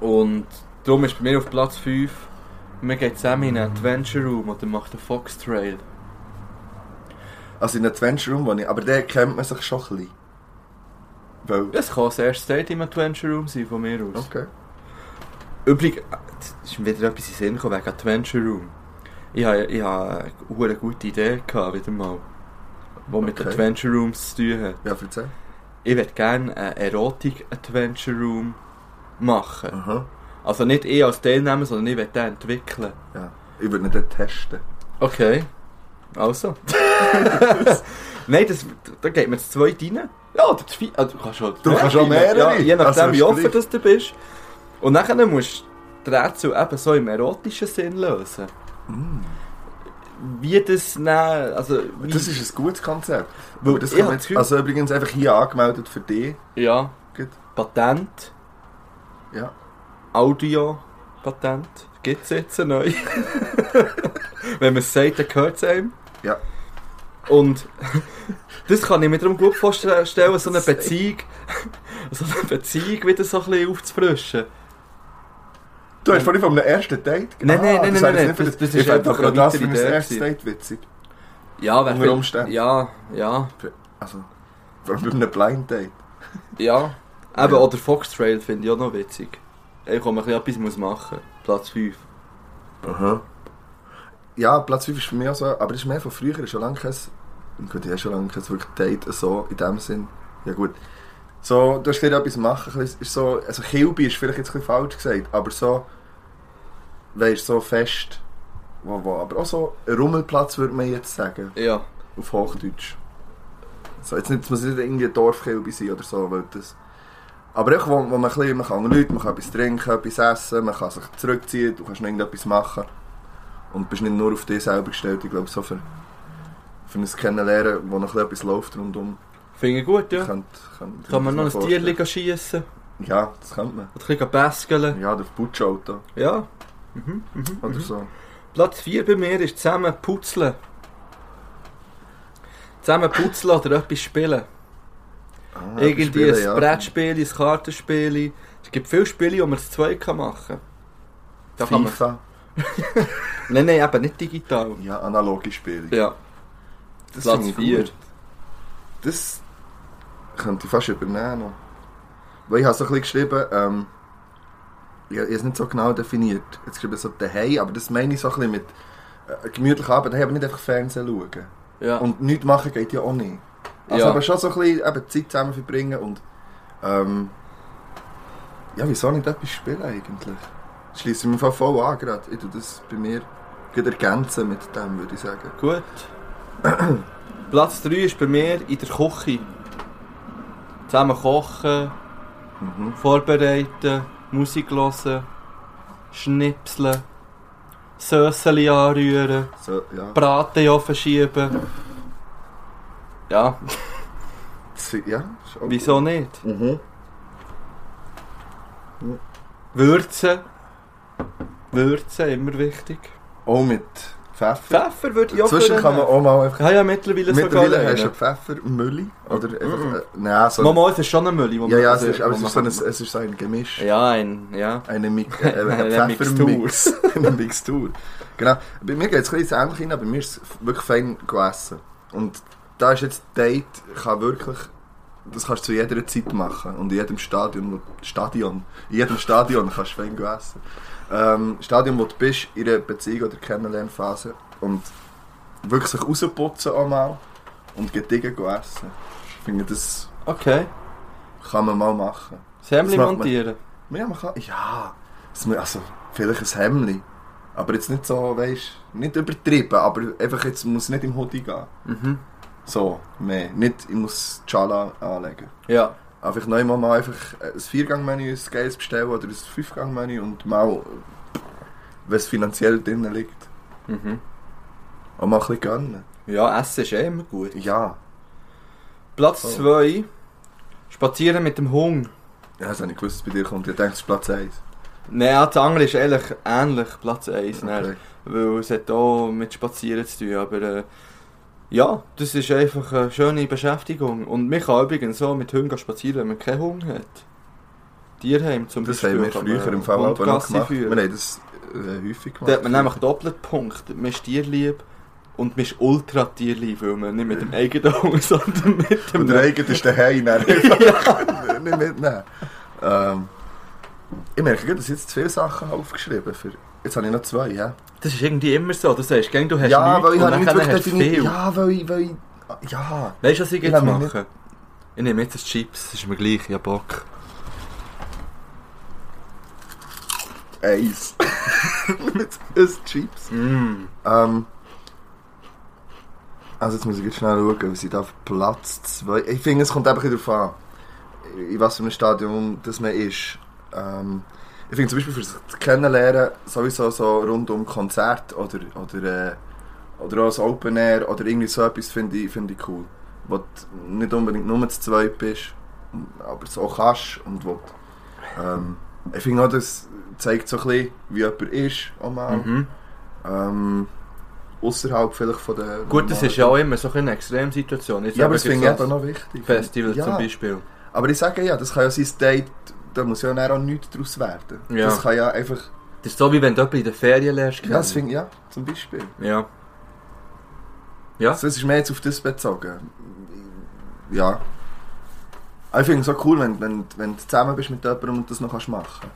Und darum ist bei mir auf Platz 5, wir gehen zusammen in einen Adventure Room oder macht einen Fox Trail.
Also in Adventure Room, wo ich... Aber der kennt man sich schon ein bisschen. Weil...
Das kann das erste Date im Adventure Room sein, von mir aus.
Okay.
Übrigens, äh, es ist mir wieder etwas in den Sinn gekommen wegen Adventure Room. Ich habe, ich habe eine verdammt gute Idee gehabt, wieder mal. Die mit
Okay.
Adventure Rooms zu tun hat.
Ja, erzähl.
Ich würde gerne einen Erotik-Adventure Room machen.
Aha.
Also nicht ich als Teilnehmer, sondern ich würde den entwickeln.
Ja. Ich würde ihn dann testen.
Okay. Also. Nein, das, da geht man zu zweit rein. Ja, oder zu vier. Also, du kannst schon,
Du kannst schon mehrere.
Ja, je nachdem,
Also,
wie offen
sprich-
das du bist. Und dann musst du die Rätsel eben so im erotischen Sinn lösen.
Mm.
Wie das dann, also... Wie,
Das ist ein gutes Konzept.
Weil
Aber das
ich
kann
hab
man
das
jetzt,
Gefühl-
also übrigens einfach hier angemeldet für dich.
Ja.
Gut.
Patent.
Ja.
Audio-Patent. Gibt es jetzt neu? Wenn man es sagt, dann gehört es einem.
Ja.
Und das kann ich mir darum gut vorstellen, so eine Beziehung, so eine Beziehung wieder so ein bisschen aufzufrischen.
Du hast vorhin vom ersten Date Ah,
Nein, nein, nein,
das
nein,
habe ich
nein,
nicht verstanden.
das- das ist
Ich fände
einfach
aber auch
eine
das für
weitere
mein
Idee
erstes
gewesen.
Date witzig.
Ja, wer
Unter
viel-
Umständen.
Ja, ja,
Also, vor allem bei einem Blind Date.
ja. Eben,
Ja.
oder Fox Trail finde ich auch noch witzig. Ich komme ein bisschen etwas muss machen. Platz 5.
Aha. Ja, Platz 5 ist für mich auch so, aber das ist mehr von früher, schon lange kein, gut, ich habe schon lange kein wirklich Date so, in dem Sinn. Ja gut. So, du hast gesagt, etwas machen, ein bisschen- ist so, also Kilby ist vielleicht jetzt ein bisschen falsch gesagt, aber so, weißt so fest, wo, wo, aber auch so ein Rummelplatz würde man jetzt sagen,
Ja.
auf Hochdeutsch. So, jetzt nicht, es muss nicht irgendwie ein Dorfkilby sein oder so, weil das... Aber ich, wo, wo man ein bisschen, man kann Leute, man kann etwas trinken, etwas essen, man kann sich zurückziehen, du kannst noch irgendetwas machen. Und bist nicht nur auf dich selber gestellt, ich glaube, so für, für ein Kennenlernen, wo noch ein bisschen etwas läuft rundum,
Finde ich gut, ja.
könnte, könnte
Kann man
ich
noch
mir
ein
vorstellen.
Tier schiessen
Ja, das könnte man.
und ein bisschen baskeln.
Ja, durch Putschauto
Ja. Mhm, mhm,
oder
mhm.
so.
Platz 4 bei mir ist zusammen putzeln. Zusammen putzeln oder etwas spielen.
Ah, etwas
Irgendwie
spielen,
ein Brettspiel, ein Kartenspiel. Es gibt viele Spiele, die man zu zweit kann machen kann. Da kann man.
FIFA,
Nein, nein, eben nicht digital.
ja, analoge Spiele.
Ja.
Das
Platz
finde ich
vier.
gut. Das könnte ich fast übernehmen. noch. Weil ich habe so ein bisschen geschrieben, ähm, ich ich habe es nicht so genau definiert. Jetzt geschrieben so daheim, aber das meine ich so ein bisschen mit äh, gemütlich Abend, hey, aber nicht einfach Fernsehen schauen.
Ja.
Und nichts machen geht ja auch nicht. Also
Ja.
aber schon so ein bisschen eben, Zeit zusammen verbringen und ähm, ja, wieso nicht etwas spielen eigentlich? Schließe ich mich voll an gerade. Ich tue das bei mir gut ergänzen mit dem, würde ich sagen.
Gut. Platz 3 ist bei mir in der Küche. Zusammen kochen,
Mhm.
vorbereiten, Musik hören, schnipseln, Sösseli anrühren.
So, ja.
Braten ja verschieben. Ja,
Das- Ja, ist auch
wieso nicht?
Mhm. Ja.
Würzen. Würzen, immer wichtig.
Auch mit Pfeffer.
Pfeffer würde ich auch
Zwischen
können.
kann man auch mal einfach...
Ja, ja, mittlerweile,
Mittlerweile
sogar.
hast du
einen.
Pfeffer, Mülli oder
Mhm.
einfach... Äh, nein, so...
Mama, es ist schon ein Müll.
ja, ja, es ist, aber es ist so ein, es ist so ein Gemisch.
Ja, ein, ja.
Eine, Mik äh,
Eine
eine Pfeffermix. eine Mixtur. Genau. Bei mir geht es ein bisschen ähnlich hin, aber bei mir ist es wirklich fein gegessen. Und da ist jetzt Date, kann wirklich, das kannst du zu jeder Zeit machen. Und in jedem Stadion, Stadion, in jedem Stadion kannst du fein essen. Ähm, Stadion, wo du bist, in einer Beziehung oder Kennenlernphase. Und wirklich sich rausputzen auch mal und gediegen essen. Ich finde, das
Okay.
kann man mal machen.
Sämli
Das macht man.
montieren.
Ja, man kann. Ja, dass man- also vielleicht ein Hemdli. Aber jetzt nicht so, weißt nicht übertrieben, aber einfach jetzt muss nicht im Hoodie gehen.
Mhm.
So, mehr. Nicht, ich muss die Schala anlegen.
Ja.
Aber vielleicht noch einmal mal einfach ein Viergang-Menü, ein geiles bestellen oder ein Fünfgang-Menü und mal, wenn es finanziell drinnen liegt,
Mhm.
auch mal ein bisschen gönnen.
Ja, Essen ist eh immer gut.
Ja,
Platz
Oh.
2. Spazieren mit dem Hund.
ja das habe ich gewusst, dass es bei dir kommt. Ich denke, es ist Platz 1.
Nein, ja, das
also
andere ist eigentlich ähnlich, Platz 1.
Okay.
Weil es hat auch mit Spazieren zu tun, aber äh, ja, das ist einfach eine schöne Beschäftigung. Und man kann übrigens auch mit Hunden spazieren, wenn man keinen Hund hat. Tierheim zum
Das haben
Beispiel.
wir
kann
früher
man
im Fall aber noch
Hundgassi
gemacht. Wir
führen.
haben das äh, häufig gemacht.
Da hat man nämlich doppelt Punkt. Man ist tierlieb und man ist ultra tierlieb, weil man nicht mit dem eigenen Hund, sondern mit dem...
Und der eigene ist daheim. Dann ja. nicht mitnehmen. Ähm, ich merke, gerade, dass ich jetzt zu viele Sachen habe aufgeschrieben habe. Jetzt habe ich noch zwei, ja.
Das ist irgendwie immer so. Du sagst, gell, du hast
ja,
nichts
weil ich
und
habe nicht
nachher
wirklich
hast du viel.
definiert. Ja, weil ich, weil ich... Ja.
Weißt du, was ich
Ich
jetzt
hab mich
mache? Ich nehme jetzt ein Chips, ist mir gleich, ich hab Bock.
Eis. Mit ein Chips.
Mm.
Ähm, also jetzt muss ich jetzt schnell schauen, wir sind auf Platz 2. Ich finde, es kommt einfach darauf an, in was für einem Stadium das man ist. Ähm, ich finde zum Beispiel für das Kennenlernen sowieso so rund um Konzert oder, oder, äh, oder auch ein Open Air oder irgendwie so etwas finde ich, finde ich cool. Wo du nicht unbedingt nur zu zweit bist, aber es auch kannst und wo du, ähm, ich finde auch, das zeigt so ein bisschen, wie jemand ist, auch mal.
Mhm.
Ähm, außerhalb vielleicht von der.
Gut, das ist ja auch immer so eine Extremsituation. Jetzt
Ja, aber das
eben
finde ich
so
eben noch wichtig.
ein Festival
ja,
zum Beispiel.
Aber ich sage ja, das kann ja sein Date, da muss ja dann auch nichts draus werden.
Ja.
Das kann ja einfach.
Das ist so, wie wenn du jemanden in der Ferien lernst.
Ja, das finde ich, ja, zum Beispiel.
ja. Ja.
Also, es ist mehr jetzt auf das bezogen. Ja. Aber Ich finde es auch cool, wenn, wenn, wenn du zusammen bist mit jemandem und das noch kannst machen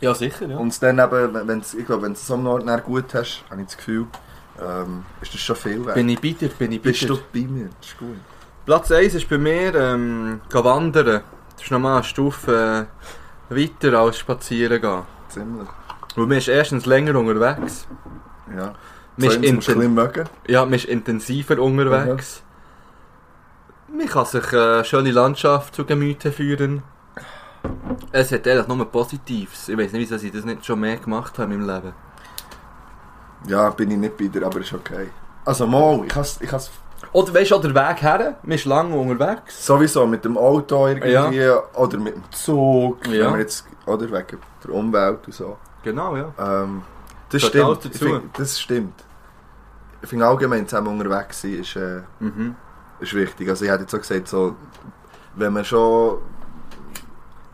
ja, sicher, ja.
Und es dann eben, wenn- wenn's, ich glaube, wenn du es am Ort dann gut hast, habe ich das Gefühl, ähm, ist das schon viel wert.
Bin ich bitter, bin ich
Bist
bitter.
du bei mir? Das ist gut.
Platz 1 ist bei mir ähm, gehen wandern. Das ist nochmal eine Stufe äh, weiter als spazieren gehen.
Ziemlich.
Weil man ist erstens länger unterwegs.
Ja.
Man ist,
Zweitens musst du ein
inten
bisschen mögen.
ja, man ist intensiver unterwegs. Man kann sich eine schöne Landschaft zu Gemüte führen. Es hat eigentlich nur Positives. Ich weiß nicht, wieso ich das nicht schon mehr gemacht habe in meinem Leben.
Ja, bin ich nicht bei dir, aber ist okay. Also mal, ich has, ich has
Oder weißt du, auch der Weg her, man ist lange unterwegs.
sowieso mit dem Auto irgendwie oder mit dem Zug,
Ja.
wenn wir jetzt, oder wegen der Umwelt und so.
Genau, ja.
Ähm, das
Gehört
stimmt.
alles dazu.
Ich find, das stimmt. Ich finde allgemein zusammen unterwegs sein ist, äh,
Mhm.
ist wichtig. Also ich hätte jetzt auch gesagt, so, wenn man schon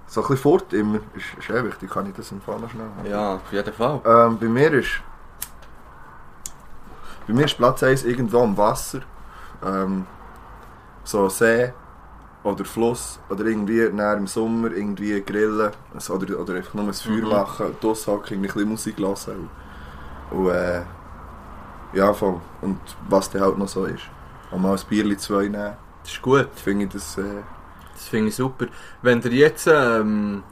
so ein bisschen fort immer, ist, ist eh wichtig, kann ich das im Fall noch schnell haben.
Ja, auf jeden Fall.
Ähm, bei mir ist. Bei mir ist Platz 1 irgendwo am Wasser. Ähm, so See oder Fluss oder irgendwie näher im Sommer irgendwie grillen also, oder, oder einfach nur ein Feuer
Mhm.
machen, draussen hocken, ein bisschen Musik hören und, und äh, ja voll. Und was dann halt noch so ist. Und mal ein Bierli zwei nehmen,
Das ist gut.
finde ich das... Äh,
Das finde ich super. Wenn ihr jetzt ähm,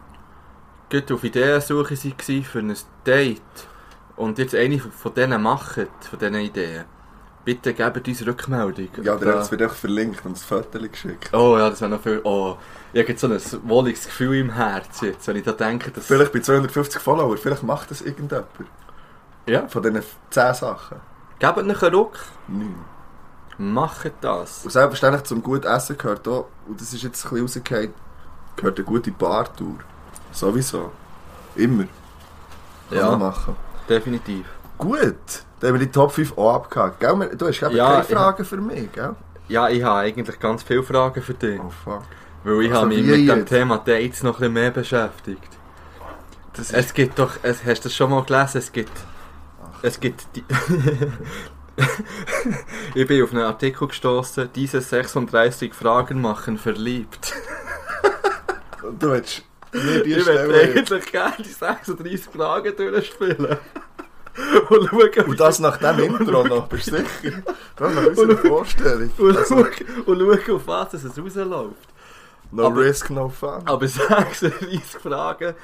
gut auf Ideensuche seid für ein Date und jetzt eine von denen macht, von diesen Ideen, bitte gebt uns Rückmeldung.
ja,
Da-
der hat es mir einfach verlinkt und das Foto geschickt.
Oh ja, das wäre noch viel. Oh, ich habe jetzt so ein wohliges Gefühl im Herzen, jetzt, wenn ich da denke, dass.
Vielleicht bei 250 Follower, vielleicht macht das irgendjemand.
Ja.
Von diesen 10 Sachen.
Gebt euch einen Ruck,
Neun.
macht das.
Und selbstverständlich zum guten Essen gehört auch, und das ist jetzt ein bisschen rausgefallen, gehört eine gute Bartour. Sowieso. Immer. Kann
Ja.
man machen.
Definitiv.
Gut, dann haben wir die Top 5 auch abgehakt. Gell? wir- Du hast eben
Ja,
keine
ich-
Fragen für mich, gell?
Ja, ich habe eigentlich ganz viele Fragen für dich.
Oh fuck.
Weil ich
Also
habe mich
wie
mit dem
jetzt?
Thema Dates noch ein bisschen mehr beschäftigt. es gibt doch, es, hast du das schon mal gelesen? Es gibt, es gibt die... ich bin auf einen Artikel gestoßen. Diese 36 Fragen machen verliebt.
Du willst mir die
ich möchte
Stelle...
eigentlich gerne die 36 Fragen durchspielen. Und schauen,
Und das nach dem Intro noch, bist du sicher? Das ist eine unsere Vorstellung.
und,
Also,
schauen, und schauen, auf was es rausläuft.
no
aber-
risk, no fun.
Aber 36 Fragen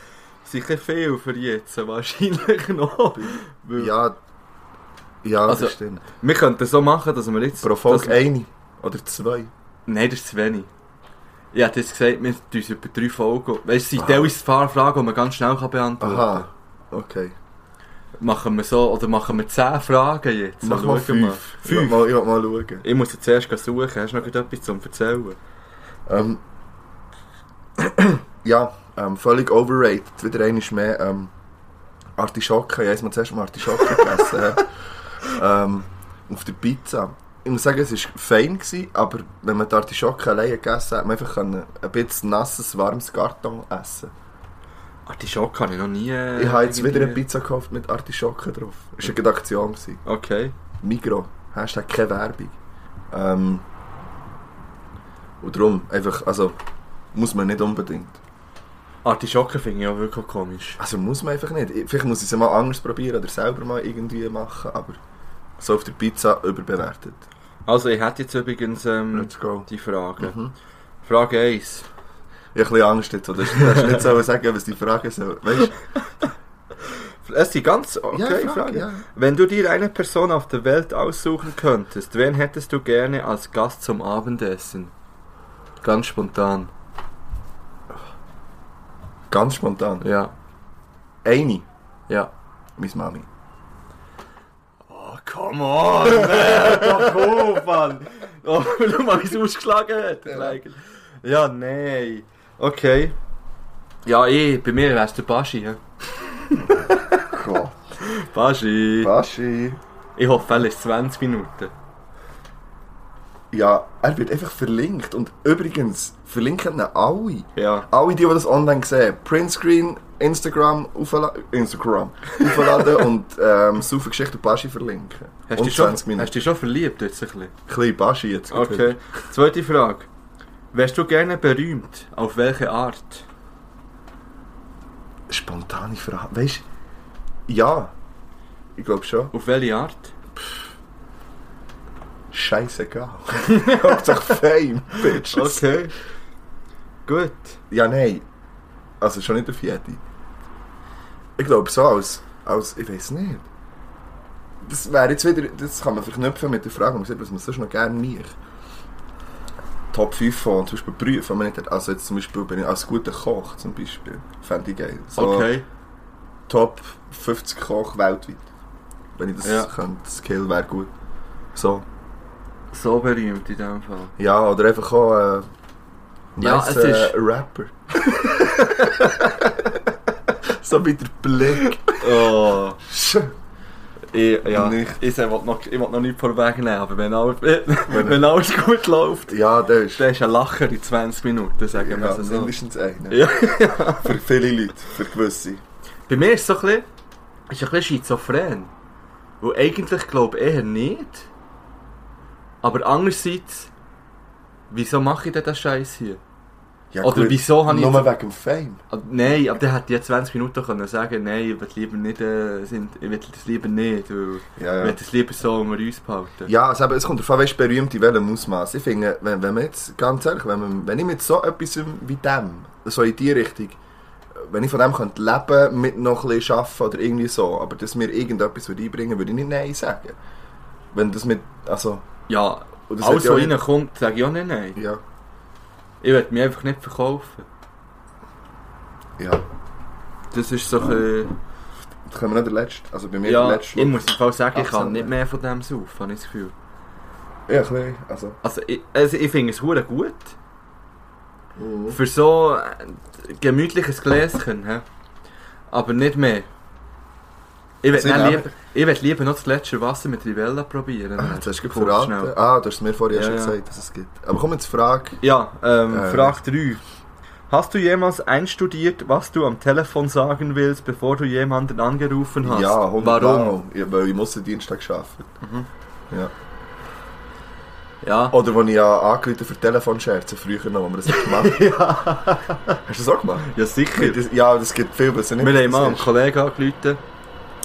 sind ein bisschen viel für jetzt, wahrscheinlich noch. Weil
Ja, ja
Also-
das stimmt.
Wir könnten so machen, dass wir jetzt...
Pro Folge
dass-
eine oder zwei.
Nein, das ist zu wenig. Ich hätte jetzt gesagt, wir tun uns über drei Folgen... Weißt du, es sind teilweise Fahrfragen, die man ganz schnell kann beantworten kann.
Aha, okay.
Machen wir so, oder machen wir 10 Fragen jetzt?
Mach
Und
mal
schauen wir.
fünf. Ich will mal, ich will mal schauen.
Ich muss jetzt erst gehen suchen, hast du noch etwas zum erzählen?
Ähm, ja, ähm, völlig overrated. Wieder einmal mehr ähm, Artischocken. Ich habe mal zuerst mal Artischocken gegessen. hä? ähm, auf der Pizza. Ich muss sagen, es war fein, gewesen, aber wenn man die Artischocken alleine gegessen hat, hätte man einfach können ein bisschen nasses, warmes Karton essen
Ah, die Schock habe ich noch nie... äh,
Ich habe jetzt wieder eine
irgendwie-
Pizza gekauft mit Artischocken drauf. Das war eine Aktion. gewesen.
Okay.
Migro. Hashtag keine Werbung. Ähm, und darum, einfach, also, muss man nicht unbedingt.
Artischocken finde ich auch wirklich komisch.
Also muss man einfach nicht. Vielleicht muss ich es mal anders probieren oder selber mal irgendwie machen, aber so auf der Pizza überbewertet.
Also, ich hätte jetzt übrigens ähm,
Let's go.
die Fragen.
Mhm.
Frage 1.
Ich habe ein bisschen Angst jetzt, oder? Du hast nicht so sagen, was die Frage soll. Weißt du?
Es sind ganz okay Fragen.
Ja.
Wenn du dir eine Person auf der Welt aussuchen könntest, wen hättest du gerne als Gast zum Abendessen? Ganz spontan.
Ganz spontan.
Ja,
Eine,
ja.
meine Mami.
Oh, come on, man! Doch auf, Mann! Oh, schau mal, wie es ausgeschlagen hat. der Kleine. Ja, nein. Okay. Ja, ich, bei mir wärst du Baschi. hä?
Gott.
Baschi.
Baschi.
Ich hoffe, er ist 20 Minuten.
Ja, er wird einfach verlinkt. Und übrigens, verlinken ihn alle.
Ja.
Alle die, die das online sehen, Printscreen, Instagram, aufladen, Instagram, aufladen und ähm, Saufen Geschichte und Baschi verlinken.
Hast
und
du schon,
20 Minuten.
hast du dich schon verliebt jetzt ein bisschen?
Klein Baschi jetzt.
Okay. Zweite Frage. Wärst du gerne berühmt? Auf welche Art?
Spontane Frage. Weißt du? Ja. Ich glaube schon.
Auf welche Art?
Scheißegal. Hauptsache Fame, Bitches.
Okay. Gut.
Ja, nein. Also schon nicht auf jede. Ich glaube so als, als ich weiß nicht. Das wäre jetzt wieder, das kann man verknüpfen mit der Frage, die man sieht, was man sonst noch gerne macht. Top 5 von zum Beispiel Berufen, wenn man nicht hat. Also jetzt zum Beispiel bin ich als guter Koch zum Beispiel. Fände ich geil. So
Okay.
Top 50 Koch weltweit. Wenn ich das
Ja.
könnte, das Skill wäre gut. So.
So berühmt in dem Fall.
Ja, oder einfach auch äh,
Ja,
nice,
es
äh,
ist-
Rapper. so mit der Blick.
Oh.
Schön.
Ich, ja.
Nicht.
Ich, sag, ich will noch, ich will noch nicht vorwegnehmen, aber wenn alles, wenn alles gut läuft,
Ja, der ist.
dann ist ein Lacher in 20 Minuten, sagen wir
ja,
es so.
mindestens einer.
Ja.
Für viele Leute, für gewisse.
Bei mir ist es so ein bisschen, ist ein bisschen schizophren. Weil eigentlich glaube ich eher nicht. Aber andererseits, wieso mache ich denn den Scheiß hier?
Ja,
Oder wieso habe ich
Nur
jetzt-
wegen dem Fame.
Aber nein, aber dann hätte ich ja 20 Minuten können sagen nein, ich will lieber nicht, äh, sind, ich will das lieber nicht, weil ich
Ja,
will
ja.
das lieber so unter uns behalten.
Ja, also eben, es kommt davon, weißt du, berühmt in welchem Ausmaß. Ich finde, wenn, wenn man jetzt, ganz ehrlich, wenn, man, wenn ich mit so etwas wie dem, so in die Richtung, wenn ich von dem könnte leben, mit noch ein bisschen arbeiten oder irgendwie so, aber dass mir irgendetwas würde einbringen würde, würde ich nicht Nein sagen. Wenn das mit, also,
Ja,
und das hat
alles,
ja
was
nicht-
reinkommt, sage ich auch nicht nein.
Ja,
Ich will mich einfach nicht verkaufen.
ja.
Das ist so ein bisschen-
Jetzt kommen wir noch der letzte, also bei mir der
ja,
letzte
ich muss im Fall sagen, ich kann
Absender.
nicht mehr von dem saufen, habe ich das Gefühl.
Ja, ein bisschen, also.
Also, ich, also, ich finde es hure gut. Mhm. Für so äh, gemütliches Gläschen. hä? aber nicht mehr. Ich will
Sie nehmen-
lieber, ich will lieber noch das Gletscherwasser mit Rivella probieren.
Ah, jetzt hast du
Kurz,
gerade
schnell.
verraten. Ah, du hast es mir vorher
Ja,
schon
ja.
gesagt, dass es gibt. Aber komm jetzt zur Frage.
Ja, ähm,
Äh.
Frage 3. Hast du jemals einstudiert, was du am Telefon sagen willst, bevor du jemanden angerufen hast?
Ja, 100
Warum? Mhm.
Mal. Ja, weil ich muss den Dienstag arbeiten. Ja.
Ja.
Oder als ich an Angerufen für Telefonscherze früher noch, als wir das gemacht haben. Hast du das auch gemacht?
ja, sicher.
Das- Ja, das gibt viel besser nicht.
Wir haben
das
mal einen
ist.
Kollegen angerufen,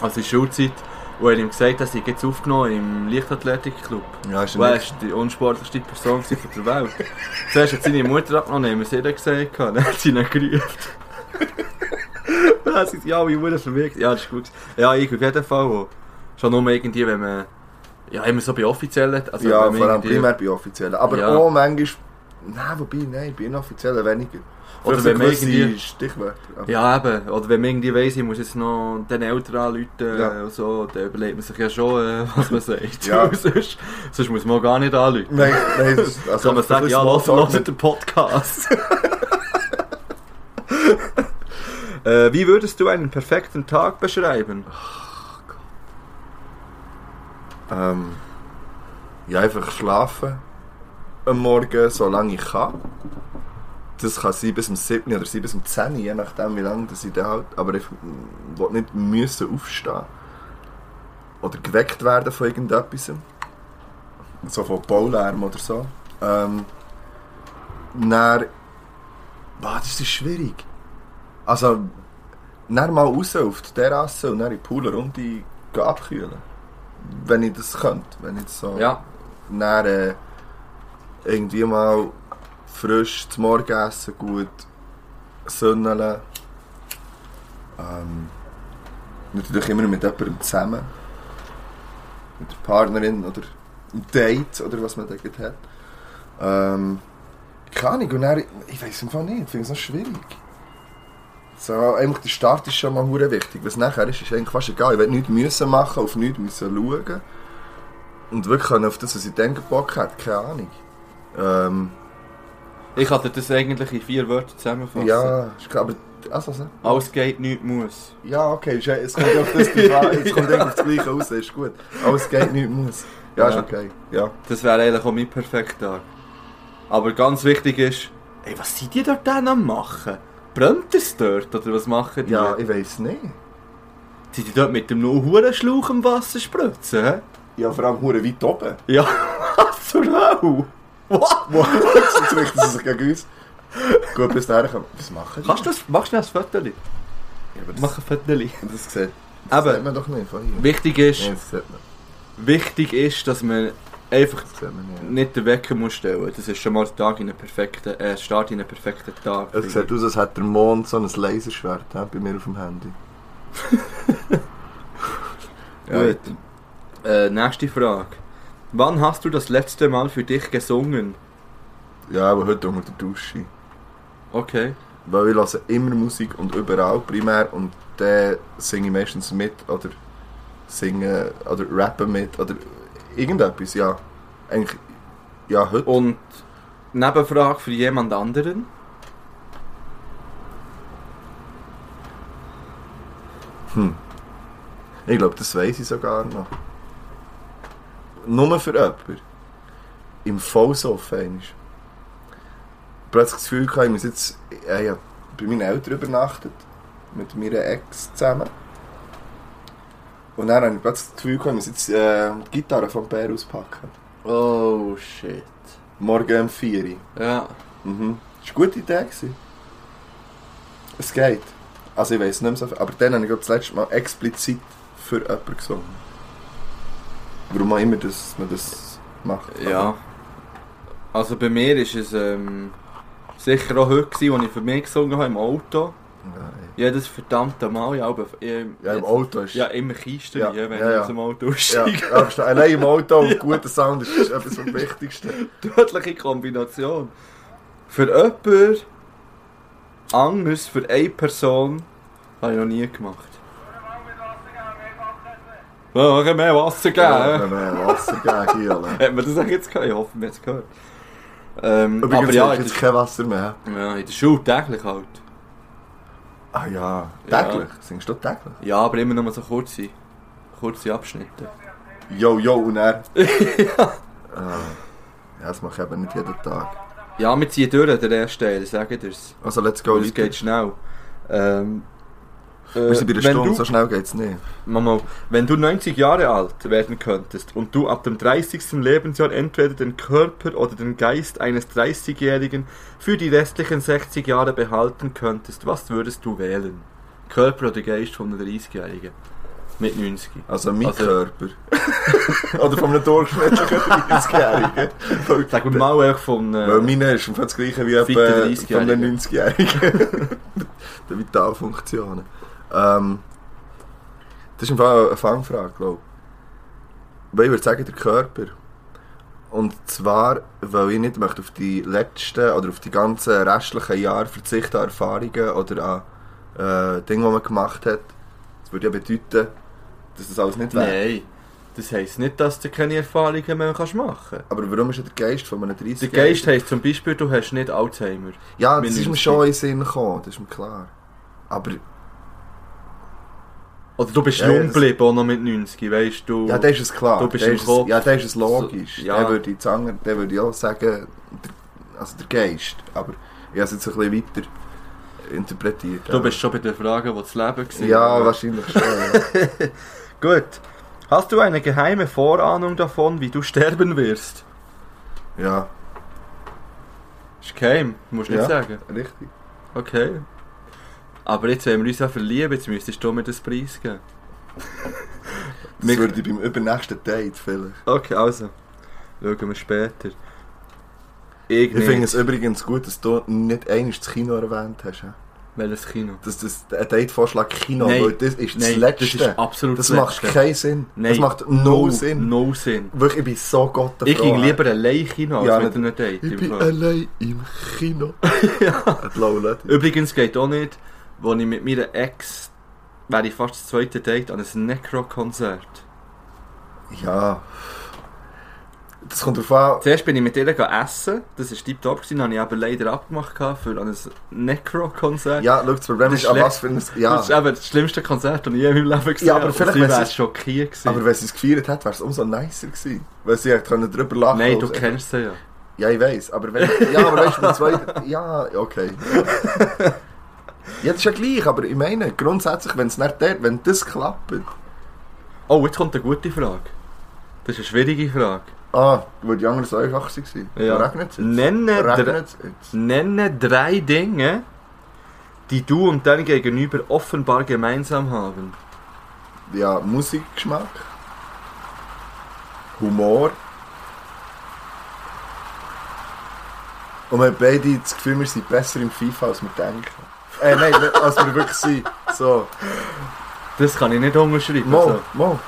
also in Schulzeit, und haben ihm gesagt, dass ich jetzt aufgenommen im Lichtathletikclub.
Ja, ist
Und er
ja nicht.
ist die unsportlichste Person gewesen von der Welt. Zuerst hat seine Mutter abgenommen, haben wir sie dann gesehen, gehabt, dann hat sie ihn gerufen. Dann sind ja, wie wurde verwirrt. Ja, das ist gut. gewesen. Ja, ich auf jeden Fall. auch. Schon nur irgendwie, wenn man. Ja, immer so bei offiziellen. Also
ja,
wenn man
vor allem
irgendwie-
primär bei Offiziellen. Aber
Ja.
auch manchmal. Nein, wobei, nein, bei Inoffiziellen weniger.
Oder
Vielleicht
wenn man
gewisse
irgendwie-
Stichwörter. Aber-
Ja, eben. Oder wenn man irgendwie weiss, ich muss jetzt noch den Eltern anrufen äh,
Ja.
und so, dann überlegt man sich ja schon, äh, was man sagt.
Ja.
Weil sonst, sonst muss man auch gar nicht anrufen.
Nein, nein, das ist.
Also, man
ein
sagt,
bisschen
ja, los,
Smalltalk
los den Podcast. äh, wie würdest du einen perfekten Tag beschreiben?
Ähm, ja, einfach schlafen am Morgen, solange ich kann. Das kann sein bis um 7 oder sein bis um 10, je nachdem wie lange das ich da halt. Aber ich mm, will nicht müssen aufstehen. Oder geweckt werden von irgendetwas. So von Baulärm oder so. Ähm, dann... Boah, das ist schwierig. Also, dann mal raus auf die Terrasse und dann in den Pool eine Runde gehen abkühlen. Wenn ich das könnte. Wenn ich das so...
Ja.
Dann äh, irgendwie mal frisch zum Morgen essen, gut sünneln. Ähm, natürlich immer mit jemandem zusammen. Mit der Partnerin oder einem Date oder was man da gerade hat. Ähm, keine Ahnung, und dann, ich weiß im Fall nicht, ich finde es noch schwierig. So, einfach der Start ist schon mal hure wichtig. Was nachher ist, ist eigentlich fast egal. Ich will nichts müssen machen, auf nichts müssen schauen. Und wirklich können auf das, was ich denke, Bock hat, keine Ahnung. Ähm,
Ich hatte das eigentlich in vier Wörter zusammenfassen.
ja, ist klar, aber. Also, so.
Alles geht, nichts muss.
Ja, okay, ist ja- es kommt ja auf das drauf an, es kommt ja auf das Gleiche raus, ist gut. Alles geht, nichts muss. Ja, ist
Ja.
okay. Ja.
Das wäre eigentlich auch mein perfekter Tag. Aber ganz wichtig ist, ey, was sind die dort denn am machen? Brennt es dort? Oder was machen die?
Ja, ich weiß nicht.
Sind die dort mit dem Hurenschlauch im Wasser spritzen? hä?
Ja, vor allem hure weit oben.
Ja, was zur Hölle? What?
Jetzt richten sie sich gegen uns. Gut, bis dahin kommen. Was machen die?
Kannst du das, machst du das
Ja,
Foto?
aber das,
Mach ein Foto.
das sieht, das
Aber-
sieht man doch nicht von hier.
Wichtig ist,
Nein, das sieht man,
wichtig ist, dass man einfach
das sieht man nicht.
nicht den Wecker muss stellen. Das ist schon mal der Tag in einen perfekten, äh, Start in einen perfekten Tag.
Es sieht aus, als hätte der Mond so ein Laserschwert hä, bei mir auf dem Handy.
Gut. Äh, nächste Frage. Wann hast du das letzte Mal für dich gesungen?
Ja, aber heute unter der Dusche.
Okay.
Weil ich höre immer Musik und überall primär und dann singe ich meistens mit oder singe oder rappe mit oder irgendetwas, ja. Eigentlich, ja, heute.
Und Nebenfrage für jemand anderen?
Ich glaube, das weiß ich sogar noch. Nur für jemanden. Im Vollsoff einmal. Plötzlich das Gefühl gehabt, ich muss jetzt... Ja, ja, bei meinen Eltern übernachtet. Mit meiner Ex zusammen. Und dann habe ich plötzlich das Gefühl gehabt, ich muss jetzt äh, die Gitarre vom Bär auspacken.
Oh shit.
Morgen um 4 Uhr.
Ja.
Mhm. Das war eine gute Idee. gewesen. Es geht. Also ich weiß nicht mehr so viel. Aber dann habe ich glaub, das letzte Mal explizit für jemanden gesungen. Warum auch immer dass man das macht.
Ja. Also bei mir ist es ähm, sicher auch heute, gewesen, als ich für mich gesungen habe im Auto.
Nein.
Jedes verdammte Mal. Ja, aber, ähm,
äh, Ja, im Auto ist...
ja immer Kiste,
Ja,
ja, wenn
ja,
ich
ja.
aus dem Auto
ja,
aussteige.
ja, verstehe. allein im Auto und guter Sound ist etwas vom Wichtigsten.
Tödliche Kombination. Für jemand anders, für eine Person, habe ich noch nie gemacht. Wir machen mehr Wasser geben.
Ja, wenn wir Wasser geben hier. alle.
Hat man das auch jetzt gehört? Ich hoffe, man hat es gehört. Ähm,
Übrigens
aber ja,
ist
in
jetzt kein Wasser mehr.
der, ja, in der Schule täglich halt.
Ah ja,
Ja.
täglich? Singst du täglich?
Ja, aber immer nur so kurze, kurze Abschnitte.
Yo, yo, und er. Äh, ja. ja, das mache ich eben nicht jeden Tag.
Ja, wir ziehen durch den ersten Teil, sagen dir's.
Also, let's go,
Weil es
Leute.
geht schnell. Ähm, äh,
Wir sind bei der
wenn
Stunde,
du-
so schnell geht's nicht.
Mama, wenn du 90 Jahre alt werden könntest und du ab dem 30. Lebensjahr entweder den Körper oder den Geist eines 30-Jährigen für die restlichen 60 Jahre behalten könntest, was würdest du wählen? Körper oder Geist von einem 30-Jährigen? Mit 90.
Also, mein
Also-
Körper. Oder von einem durchschnittlichen 30-Jährigen. Weil-
Sag mir mal einfach von...
Weil
Äh,
meiner ist ungefähr das gleiche wie
Fitter
eben von
30-Jährigen.
den 90-Jährigen. die Vitalfunktionen. Ähm, das ist im Fall eine Fangfrage, glaube ich. Weil ich würde sagen, der Körper. Und zwar, weil ich nicht möchte auf die letzten oder auf die ganzen restlichen Jahre verzichten an Erfahrungen oder an äh, Dinge, die man gemacht hat. Das würde ja bedeuten, dass das alles nicht wäre.
nein, das heisst nicht, dass du keine Erfahrungen mehr kannst machen kannst.
Aber warum ist ja der Geist von einem 30
Der Geist heisst zum Beispiel, du hast nicht Alzheimer.
Ja,
Mit
das ist mir
90.
schon in den Sinn gekommen, das ist mir klar. Aber
Oder du bist
Ja, ja,
jung
das-
geblieben, auch noch mit 90, weißt du.
ja, das ist es klar.
Du bist
das
im
ist es-
Kopf.
Ja, das ist es logisch.
So,
So,
ja.
Dann würde ich, die Sanger- dann würde ich auch sagen, der, also der Geist. Aber ich habe es jetzt ein bisschen weiter interpretiert.
Du bist schon bei den Fragen, die das Leben
ja,
sind.
ja, wahrscheinlich schon. ja.
Gut. Hast du eine geheime Vorahnung davon, wie du sterben wirst?
ja,
Ist geheim, musst du
Ja.
nicht sagen.
richtig.
Okay. Aber jetzt, wenn wir uns ja verlieben, jetzt müsstest du mir das preisgeben.
Das
Mich-
würde ich beim übernächsten Date vielleicht.
Okay, also. Schauen wir später. Ich,
Ich finde es übrigens gut, dass du nicht einmal das Kino erwähnt hast. hä?
Welches Kino?
Dass das ein Date-Vorschlag Kino,
Nein.
weil das ist das
Nein,
Letzte.
das ist absolut
Das
das
macht
Letzte.
keinen Sinn. Das
Nein.
macht no Sinn.
No Sinn.
Wirklich, ich bin so Gott
Ich ging lieber allein Kino als
Ja,
mit einem Date.
Ich
im
bin
Fall.
allein im Kino. Ein blauer Leute.
Übrigens geht auch nicht, als ich mit meiner Ex wäre ich fast das zweite Date an ein Necro-Konzert.
Ja. Das kommt drauf an.
Zuerst bin ich mit ihr gegangen essen, das war tiptop, gewesen, habe ich aber leider abgemacht gehabt für an ein Necro-Konzert.
Ja, schau, das Problem
Das
ist, an
schlecht-
was für ein.
Das ist
Ja.
eben das schlimmste Konzert, das ich je in meinem Leben gesehen
Ja, aber
habe.
vielleicht,
Und
wenn
sie wäre
sie-
schockiert gewesen.
Aber wenn sie es gefeiert hat, wäre es umso nicer gewesen. Weil sie hätte können drüber lachen
Nein, du
und-
kennst sie ja.
Ja, ich weiß. Aber wenn. Ja, aber weißt du, mit zwei. Ja, okay. Ja, das ist ja gleich, aber ich meine, grundsätzlich, wenn es nicht der, wenn das klappt.
Oh, jetzt kommt eine gute Frage. Das ist eine schwierige Frage.
Ah, würde die anderen so einfach sein.
Ja.
Regnet es jetzt?
Nenne, dr
Regnet es jetzt?
nenne drei Dinge, die du und dein Gegenüber offenbar gemeinsam haben.
ja, Musikgeschmack, Humor. Und wir haben beide das Gefühl, wir sind besser im FIFA, als wir denken. Äh, nein, nicht, als wir wirklich sind. So,
Das kann ich nicht unterschreiben.
mo,
Also,
mo.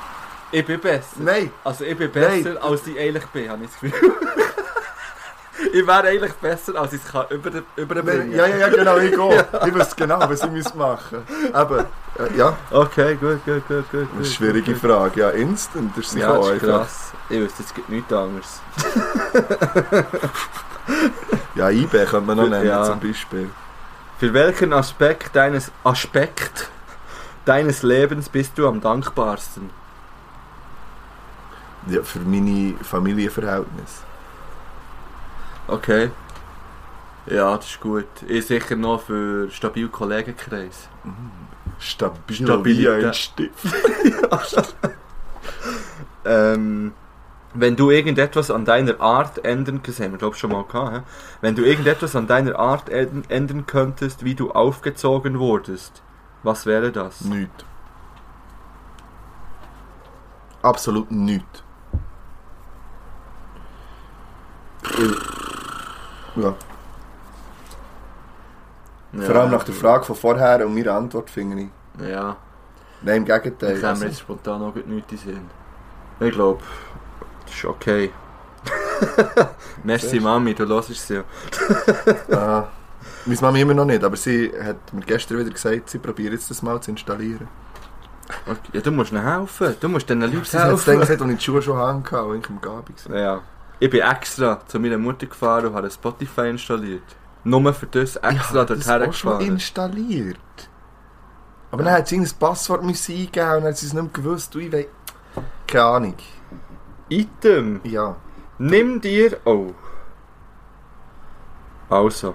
ich bin besser.
Nein,
Also ich bin besser,
Nein.
als ich eigentlich bin, habe ich das Gefühl. ich wäre eigentlich besser, als ich es kann über,
nein,
überbringen
ja, ja, ja, genau, ich gehe. Ich wüsste genau, was ich muss machen muss. Aber, äh, ja,
Okay, gut, gut, gut, gut.
eine
gut,
schwierige
gut,
Frage. Ja, instant ist sie
gut. Ja, das
gekommen
ist
einfach.
krass. Ich wüsste, es gibt nichts anderes.
Ja, IB könnte man noch nennen,
Ja.
zum Beispiel.
Für welchen Aspekt deines Aspekt deines Lebens bist du am dankbarsten?
Ja, für meine Familienverhältnisse.
Okay. Ja, das ist gut. Ich sicher noch für stabilen Kollegenkreis.
Stabil, wie
Stabilität.
ein Stift.
Ähm, wenn du irgendetwas an deiner Art ändern, das haben wir glaube ich schon mal gehabt, hä? wenn du irgendetwas an deiner Art ändern, ändern könntest, wie du aufgezogen wurdest, was wäre das?
Nichts. Absolut nichts. Ja.
Ja.
Vor allem nach der Frage von vorher und meiner Antwort finde ich.
Ja,
Nein, im
da
Gegenteil. also.
haben wir jetzt spontan auch gut nichts in den Sinn. Ich glaube, das ist okay. Merci
Siehst du?
Mami, du hörst es ja.
ah, meine Mama immer noch nicht, aber sie hat mir gestern wieder gesagt, sie probiert jetzt das mal zu installieren.
Okay. Ja, du musst ihnen helfen, du musst den Leuten
Sie hat es dann
helfen.
gesagt, als ich die Schuhe schon hängen hatte, als ich am Gabi war.
Ja. Ich bin extra zu meiner Mutter gefahren und habe Spotify installiert. Nur für das extra
das
dorthin
auch schon
gefahren.
installiert. Aber dann hat sie ein Passwort müssen eingeben und dann hat sie es nicht mehr gewusst. Du, ich weiß. Keine Ahnung.
Item.
Ja.
Nimm dir. Oh. Also.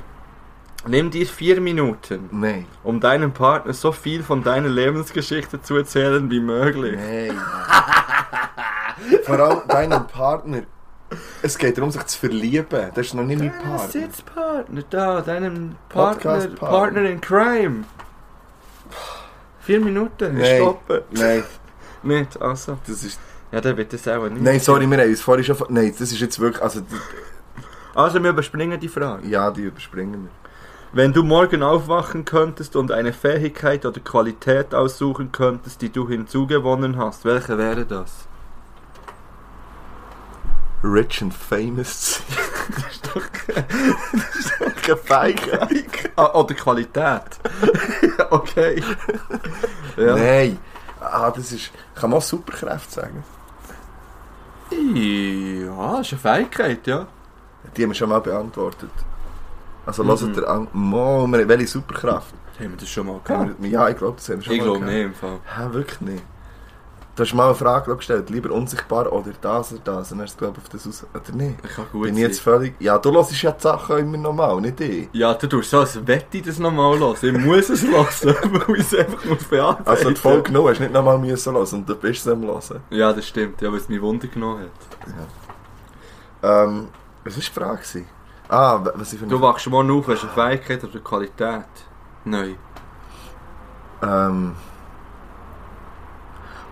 Nimm dir vier Minuten,
Nein.
um deinem Partner so viel von deiner Lebensgeschichte zu erzählen wie möglich.
Nein. Vor allem deinem Partner. Es geht darum, sich zu verlieben. Das ist noch nicht mein
Deinem
Partner.
Sitzpartner da, deinem Partner,
Podcast-Partner.
Partner in Crime. Vier Minuten,
Nein.
stoppen.
Nein,
Nicht, also.
das ist.
Ja, dann wird das auch nicht.
Nein, sorry, wir haben uns vorhin schon. ver- Nein, das ist jetzt wirklich. Also,
Also, wir überspringen die Frage.
ja, die überspringen wir.
Wenn du morgen aufwachen könntest und eine Fähigkeit oder Qualität aussuchen könntest, die du hinzugewonnen hast, welche wäre das?
Rich and famous. das ist doch keine Feigheit.
Ah, oder Qualität. okay. ja.
Nein. Ah, das ist. Kann man auch Superkräfte sagen?
Ja, ist eine Fähigkeit, ja.
Die haben wir schon mal beantwortet. Also,
Mhm.
lasst ihr an. Mo, wir haben welche Superkraft?
Haben wir das schon mal
Haben wir- Ja, ich glaube, das haben wir schon
Ich
mal
glaube
gehabt.
nicht im Fall.
Hä, wirklich nicht. Du hast mal eine Frage glaub, gestellt, lieber unsichtbar oder das oder das. Und dann hast du, glaube auf das aus... Oder nicht?
Ich kann gut
Bin ich
sein.
jetzt völlig... Ja, du hörst ja die Sachen immer normal, nicht ich.
Ja, du tust so, als wette ich das nochmal los. Ich muss es lassen, weil ich es einfach muss beantworten.
Also die Folge genommen hast du nicht nochmal müssen hören und du bist es am hören.
Ja, das stimmt. Ja, weil es mich Wunder genommen hat.
Ähm, was war die Frage? gewesen? Ah, wa- was ich für eine...
Du wachst morgen auf, hast eine Fähigkeit oder Qualität? Nein.
Ähm...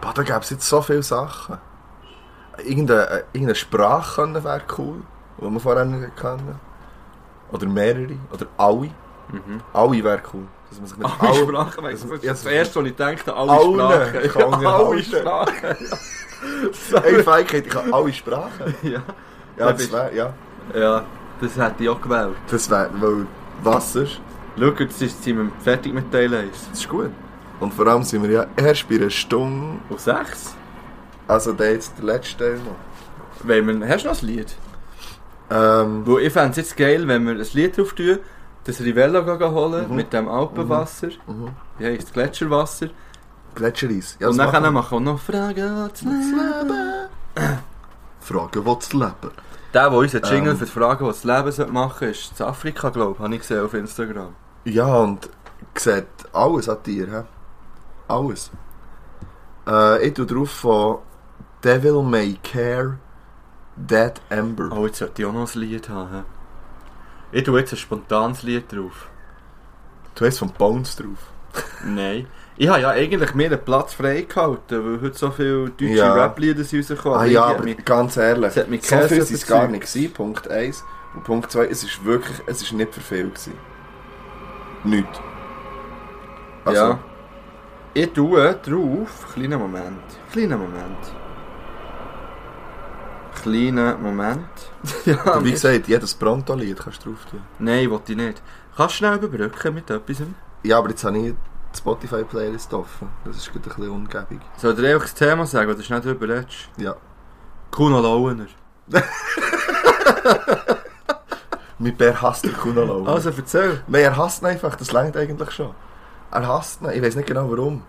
Boah, da gäbe es jetzt so viele Sachen. Irgendeine, äh, irgendeine Sprache können wäre cool, die man vorher nicht kannte. Oder mehrere, oder alle.
Mhm.
Alle wäre cool. Dass man sich mit
Alle
allen-
Sprachen, weißt du,
das-
das ist das
das-
Erste, was ich denke, alle
Alle.
Sprachen.
Ich kann
Ja, alle
nicht
Sprachen.
Ey, Feigheit, ich habe alle Sprachen.
Ja.
Ja,
Ja,
das
bist-
wäre, ja.
ja, das hätte ich auch gewählt.
Das wäre, weil was ist,
Schau, jetzt ist- sind wir fertig mit Teil 1.
das ist gut. Und vor allem sind wir ja erst bei einer Stunde,
Und 6?
also der jetzt der letzte Teil noch.
Wollen wir, hast du noch ein Lied?
Ähm,
Weil ich fände es jetzt geil, wenn wir ein Lied drauf tun, das Rivello gehen holen
Mhm.
mit dem Alpenwasser.
mhm.
Wie heisst es? Gletscherwasser.
Gletschereis. Ja,
und
das
nachher
machen wir.
machen wir auch noch Fragen ans
Das
Leben.
Leben. Fragen, was das Leben?
Der, der unseren Jingle
Ähm.
für die Fragen, was das Leben sollte machen sollte, ist zu Afrika, glaube ich, habe ich gesehen auf Instagram.
Ja, und sieht alles an dir, hä? Alles. Äh, ich tue drauf von Devil May Care, Dead Amber.
Oh, jetzt sollte ich auch noch ein Lied haben. hä? Ich tue jetzt ein spontanes Lied drauf.
Du hast von Bones drauf.
Nein. Ich habe ja eigentlich mir einen Platz freigehalten, weil heute so viele deutsche
Ja.
Rap-Lieder sind rausgekommen.
ah
Oh, Ich
ja,
hab
aber
mich-
ganz ehrlich,
Es hat mich
so
kein
viel war
Sinn
es gar nicht,
überzeugt.
gewesen, Punkt 1. Und Punkt 2, es ist wirklich, es ist nicht für viel. Gewesen. Nicht. Also,
Ja. Ich tue drauf. Kleiner Moment. Kleiner Moment. Kleiner Moment. ja,
aber wie gesagt, jedes Pronto-Lied kannst du drauf tun.
Nein, wollte ich nicht. Kannst du schnell überbrücken mit etwas?
Ja, aber jetzt habe ich die Spotify-Playlist offen. Das ist gerade ein bisschen ungebig.
Soll ich dir einfach das Thema sagen, oder schnell drüber redest?
Ja.
Kuno Lauener.
Mein Bär hasst den Kunalau.
Also, erzähl.
Nein, er hasst ihn einfach, das langt eigentlich schon. Er hasst ihn, ich weiß nicht genau warum.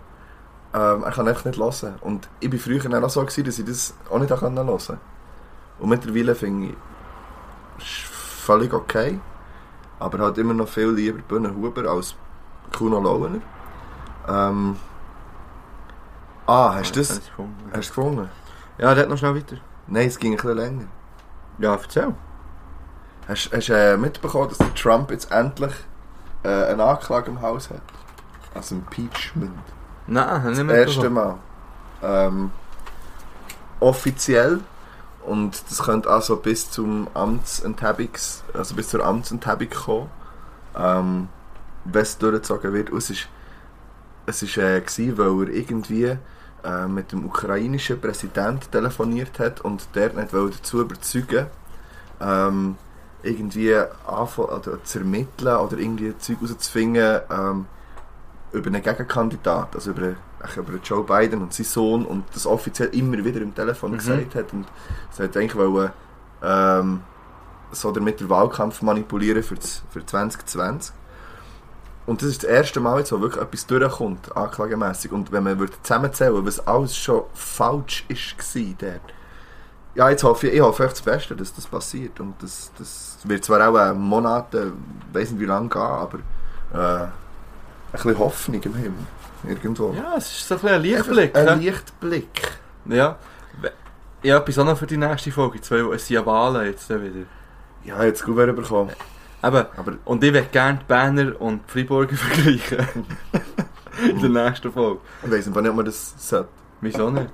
Ähm, er kann einfach nicht hören. Und ich war früher dann auch so, gewesen, dass ich das auch nicht hören konnte. Und mittlerweile finde ich, es ist völlig okay. Aber halt immer noch viel lieber Bühne Huber als Kuno Lauener. Ähm, ah, hast du das hast
Jetzt
du
habe ich's gefunden.
es gefunden?
Ja, red noch schnell weiter.
Nein, es ging ein bisschen länger.
Ja, erzähl.
Hast hast du äh, mitbekommen, dass der Trump jetzt endlich äh, eine Anklage im Haus hat? Also Impeachment.
Nein, nicht
Das
mehr.
erste Mal. Ähm, offiziell. Und das könnte also bis zum Amtsenthebungs, also bis zur Amtsenthebung kommen, ähm, wenn es durchgezogen wird. Und es ist, es ist äh, gewesen, weil er irgendwie äh, mit dem ukrainischen Präsidenten telefoniert hat und der nicht wollte dazu überzeugen, ähm, irgendwie anfangen oder zu ermitteln oder irgendwie Zeug herauszufinden, ähm, über einen Gegenkandidat, also über, ach, über Joe Biden und seinen Sohn und das offiziell immer wieder im Telefon
Mhm.
gesagt hat und sie hat eigentlich wollen, ähm, so damit den Wahlkampf manipulieren für, das, für 2020 Und das ist das erste Mal, jetzt, wo wirklich etwas durchkommt, anklagemässig. Und wenn man würde zusammenzählen was alles schon falsch war dort. Ja, jetzt hoffe ich, ich hoffe echt das Beste, dass das passiert. Und das, das wird zwar auch äh, Monate, ich weiß nicht wie lange gehen, aber äh, ein bisschen Hoffnung im Himmel. Irgendwo.
Ja, es ist so ein bisschen ein Lichtblick.
Ein,
ne?
Lichtblick.
Ja. We- Ich habe etwas anderes für die nächste Folge. Zwei, es sind ja Wahlen jetzt dann wieder.
Ja, jetzt gut wäre bekommen.
Eben,
Aber
und ich will gerne die Berner und die Freiburger vergleichen. In der nächsten Folge.
ich weiß nicht, ob man das sollte.
Wieso nicht?